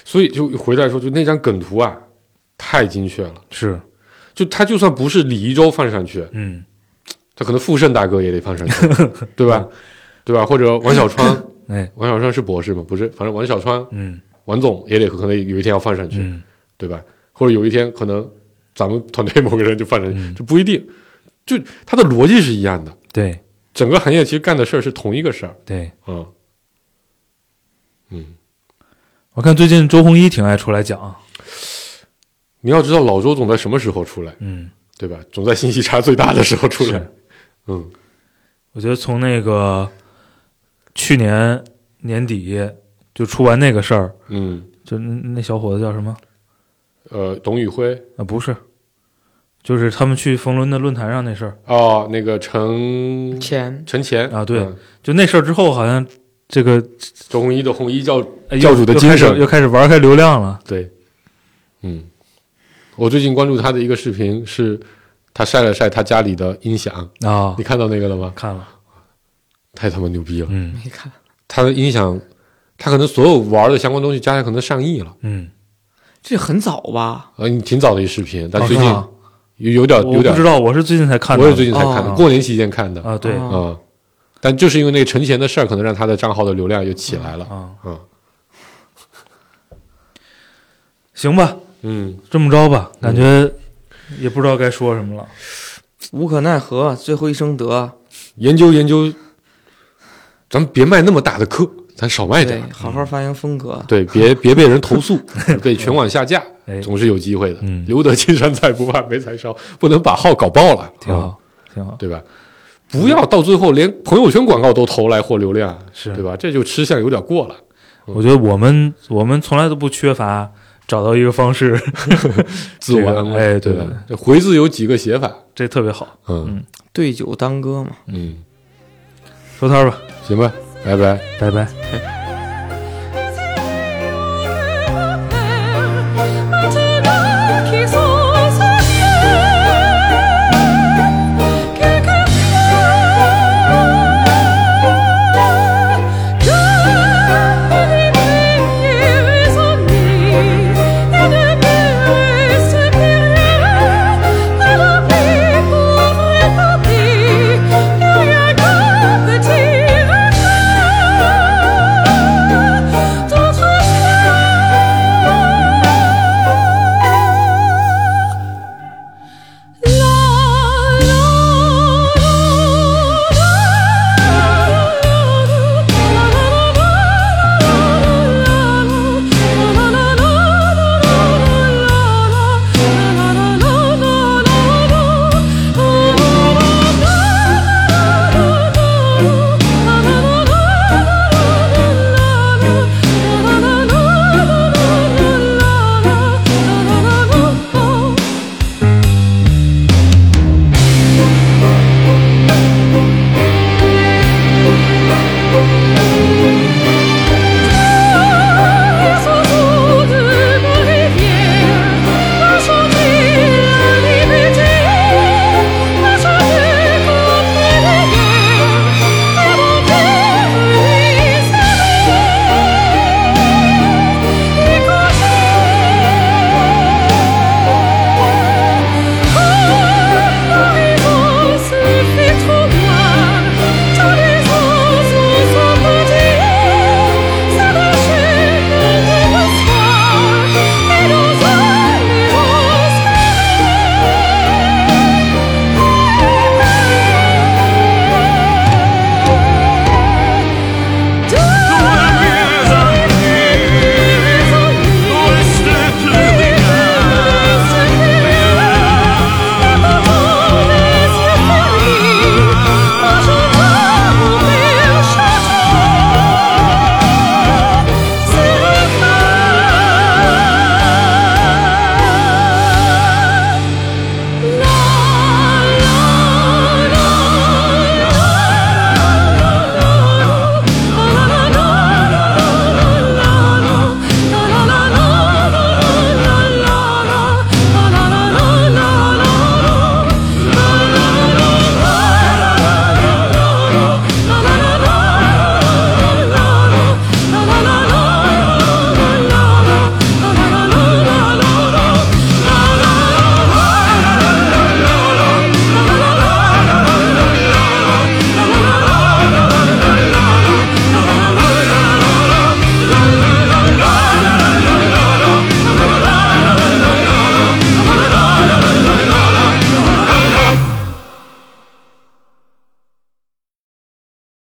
[SPEAKER 4] 所以就回来说，就那张梗图啊，太精确了。
[SPEAKER 3] 是，
[SPEAKER 4] 就他就算不是李一舟放上去，
[SPEAKER 3] 嗯，
[SPEAKER 4] 他可能傅盛大哥也得放上 去，对吧？对吧？或者王小川，
[SPEAKER 3] 哎，
[SPEAKER 4] 王小川是博士吗？不是，反正王小川、
[SPEAKER 3] 嗯
[SPEAKER 4] 王总也得可能有一天要放上去。
[SPEAKER 3] 嗯，
[SPEAKER 4] 对吧？或者有一天可能咱们团队某个人就犯人，
[SPEAKER 3] 嗯
[SPEAKER 4] 这不一定。就它的逻辑是一样的，
[SPEAKER 3] 对
[SPEAKER 4] 整个行业其实干的事儿是同一个事儿。
[SPEAKER 3] 对。
[SPEAKER 4] 嗯嗯，
[SPEAKER 3] 我看最近周鸿祎挺爱出来讲，啊
[SPEAKER 4] 你要知道老周总在什么时候出来，
[SPEAKER 3] 嗯，
[SPEAKER 4] 对吧？总在信息差最大的时候出来
[SPEAKER 3] 是。
[SPEAKER 4] 嗯
[SPEAKER 3] 我觉得从那个去年年底就出完那个事儿，
[SPEAKER 4] 嗯，
[SPEAKER 3] 就那那小伙子叫什么？
[SPEAKER 4] 呃，董宇辉
[SPEAKER 3] 啊，不是，就是他们去冯仑的论坛上那事儿，
[SPEAKER 4] 哦，那个陈
[SPEAKER 2] 钱
[SPEAKER 4] 陈前
[SPEAKER 3] 啊对
[SPEAKER 4] 嗯
[SPEAKER 3] 就那事儿之后，好像这个
[SPEAKER 4] 周鸿祎的红衣教
[SPEAKER 3] 哎
[SPEAKER 4] 教主的精神
[SPEAKER 3] 又开始又开始玩开流量了。
[SPEAKER 4] 对，嗯，我最近关注他的一个视频是。他晒了晒他家里的音响，
[SPEAKER 3] 啊
[SPEAKER 4] 你，看到那个了吗？
[SPEAKER 3] 看了，
[SPEAKER 4] 太他妈牛逼了！
[SPEAKER 3] 嗯
[SPEAKER 2] 没看，
[SPEAKER 4] 他的音响，他可能所有玩的相关东西加起来可能上亿了。
[SPEAKER 3] 嗯，
[SPEAKER 2] 这很早吧？
[SPEAKER 4] 呃，你挺早的一视频，但
[SPEAKER 3] 哦
[SPEAKER 4] 最近
[SPEAKER 3] 是吗
[SPEAKER 4] 有有点
[SPEAKER 3] 我
[SPEAKER 4] 呃有
[SPEAKER 3] 不
[SPEAKER 4] 点
[SPEAKER 3] 知，道，我是最近才看到
[SPEAKER 4] 我
[SPEAKER 3] 的，
[SPEAKER 4] 也最近才看的，
[SPEAKER 2] 哦
[SPEAKER 4] 过年期间看的啊、
[SPEAKER 3] 啊，对
[SPEAKER 2] 哦
[SPEAKER 4] 嗯但就是因为那个陈钱的事儿，可能让他的账号的流量又起来了。
[SPEAKER 3] 啊，
[SPEAKER 4] 嗯
[SPEAKER 3] 行吧，
[SPEAKER 4] 嗯，
[SPEAKER 3] 这么着吧，感觉也不知道该说什么了。
[SPEAKER 2] 无可奈何，最后一声得。
[SPEAKER 4] 研究研究，咱们别卖那么大的课，咱少卖点
[SPEAKER 2] 对
[SPEAKER 4] 儿。，
[SPEAKER 2] 好好发扬风格。
[SPEAKER 4] 对，别别被人 投诉，被全网下架，
[SPEAKER 3] 哎，
[SPEAKER 4] 总是有机会的。
[SPEAKER 3] 嗯
[SPEAKER 4] 留得青山在，不怕没柴烧，不能把号搞爆了，
[SPEAKER 3] 挺
[SPEAKER 4] 嗯
[SPEAKER 3] 好，啊挺好。
[SPEAKER 4] 对吧？不要到最后连朋友圈广告都投来获流量，
[SPEAKER 3] 是
[SPEAKER 4] 对吧？这就吃相有点过了。
[SPEAKER 3] 我觉得我们我们从来都不缺乏找到一个方 式，
[SPEAKER 4] 自我安慰，
[SPEAKER 3] 哎
[SPEAKER 4] 对
[SPEAKER 3] 对
[SPEAKER 4] 吧？这回字有几个写法，
[SPEAKER 3] 这特别好。
[SPEAKER 4] 嗯
[SPEAKER 2] 对酒当歌嘛。
[SPEAKER 4] 嗯，
[SPEAKER 3] 收摊儿吧，
[SPEAKER 4] 行吧，拜拜。
[SPEAKER 3] 拜拜。
[SPEAKER 2] 拜拜。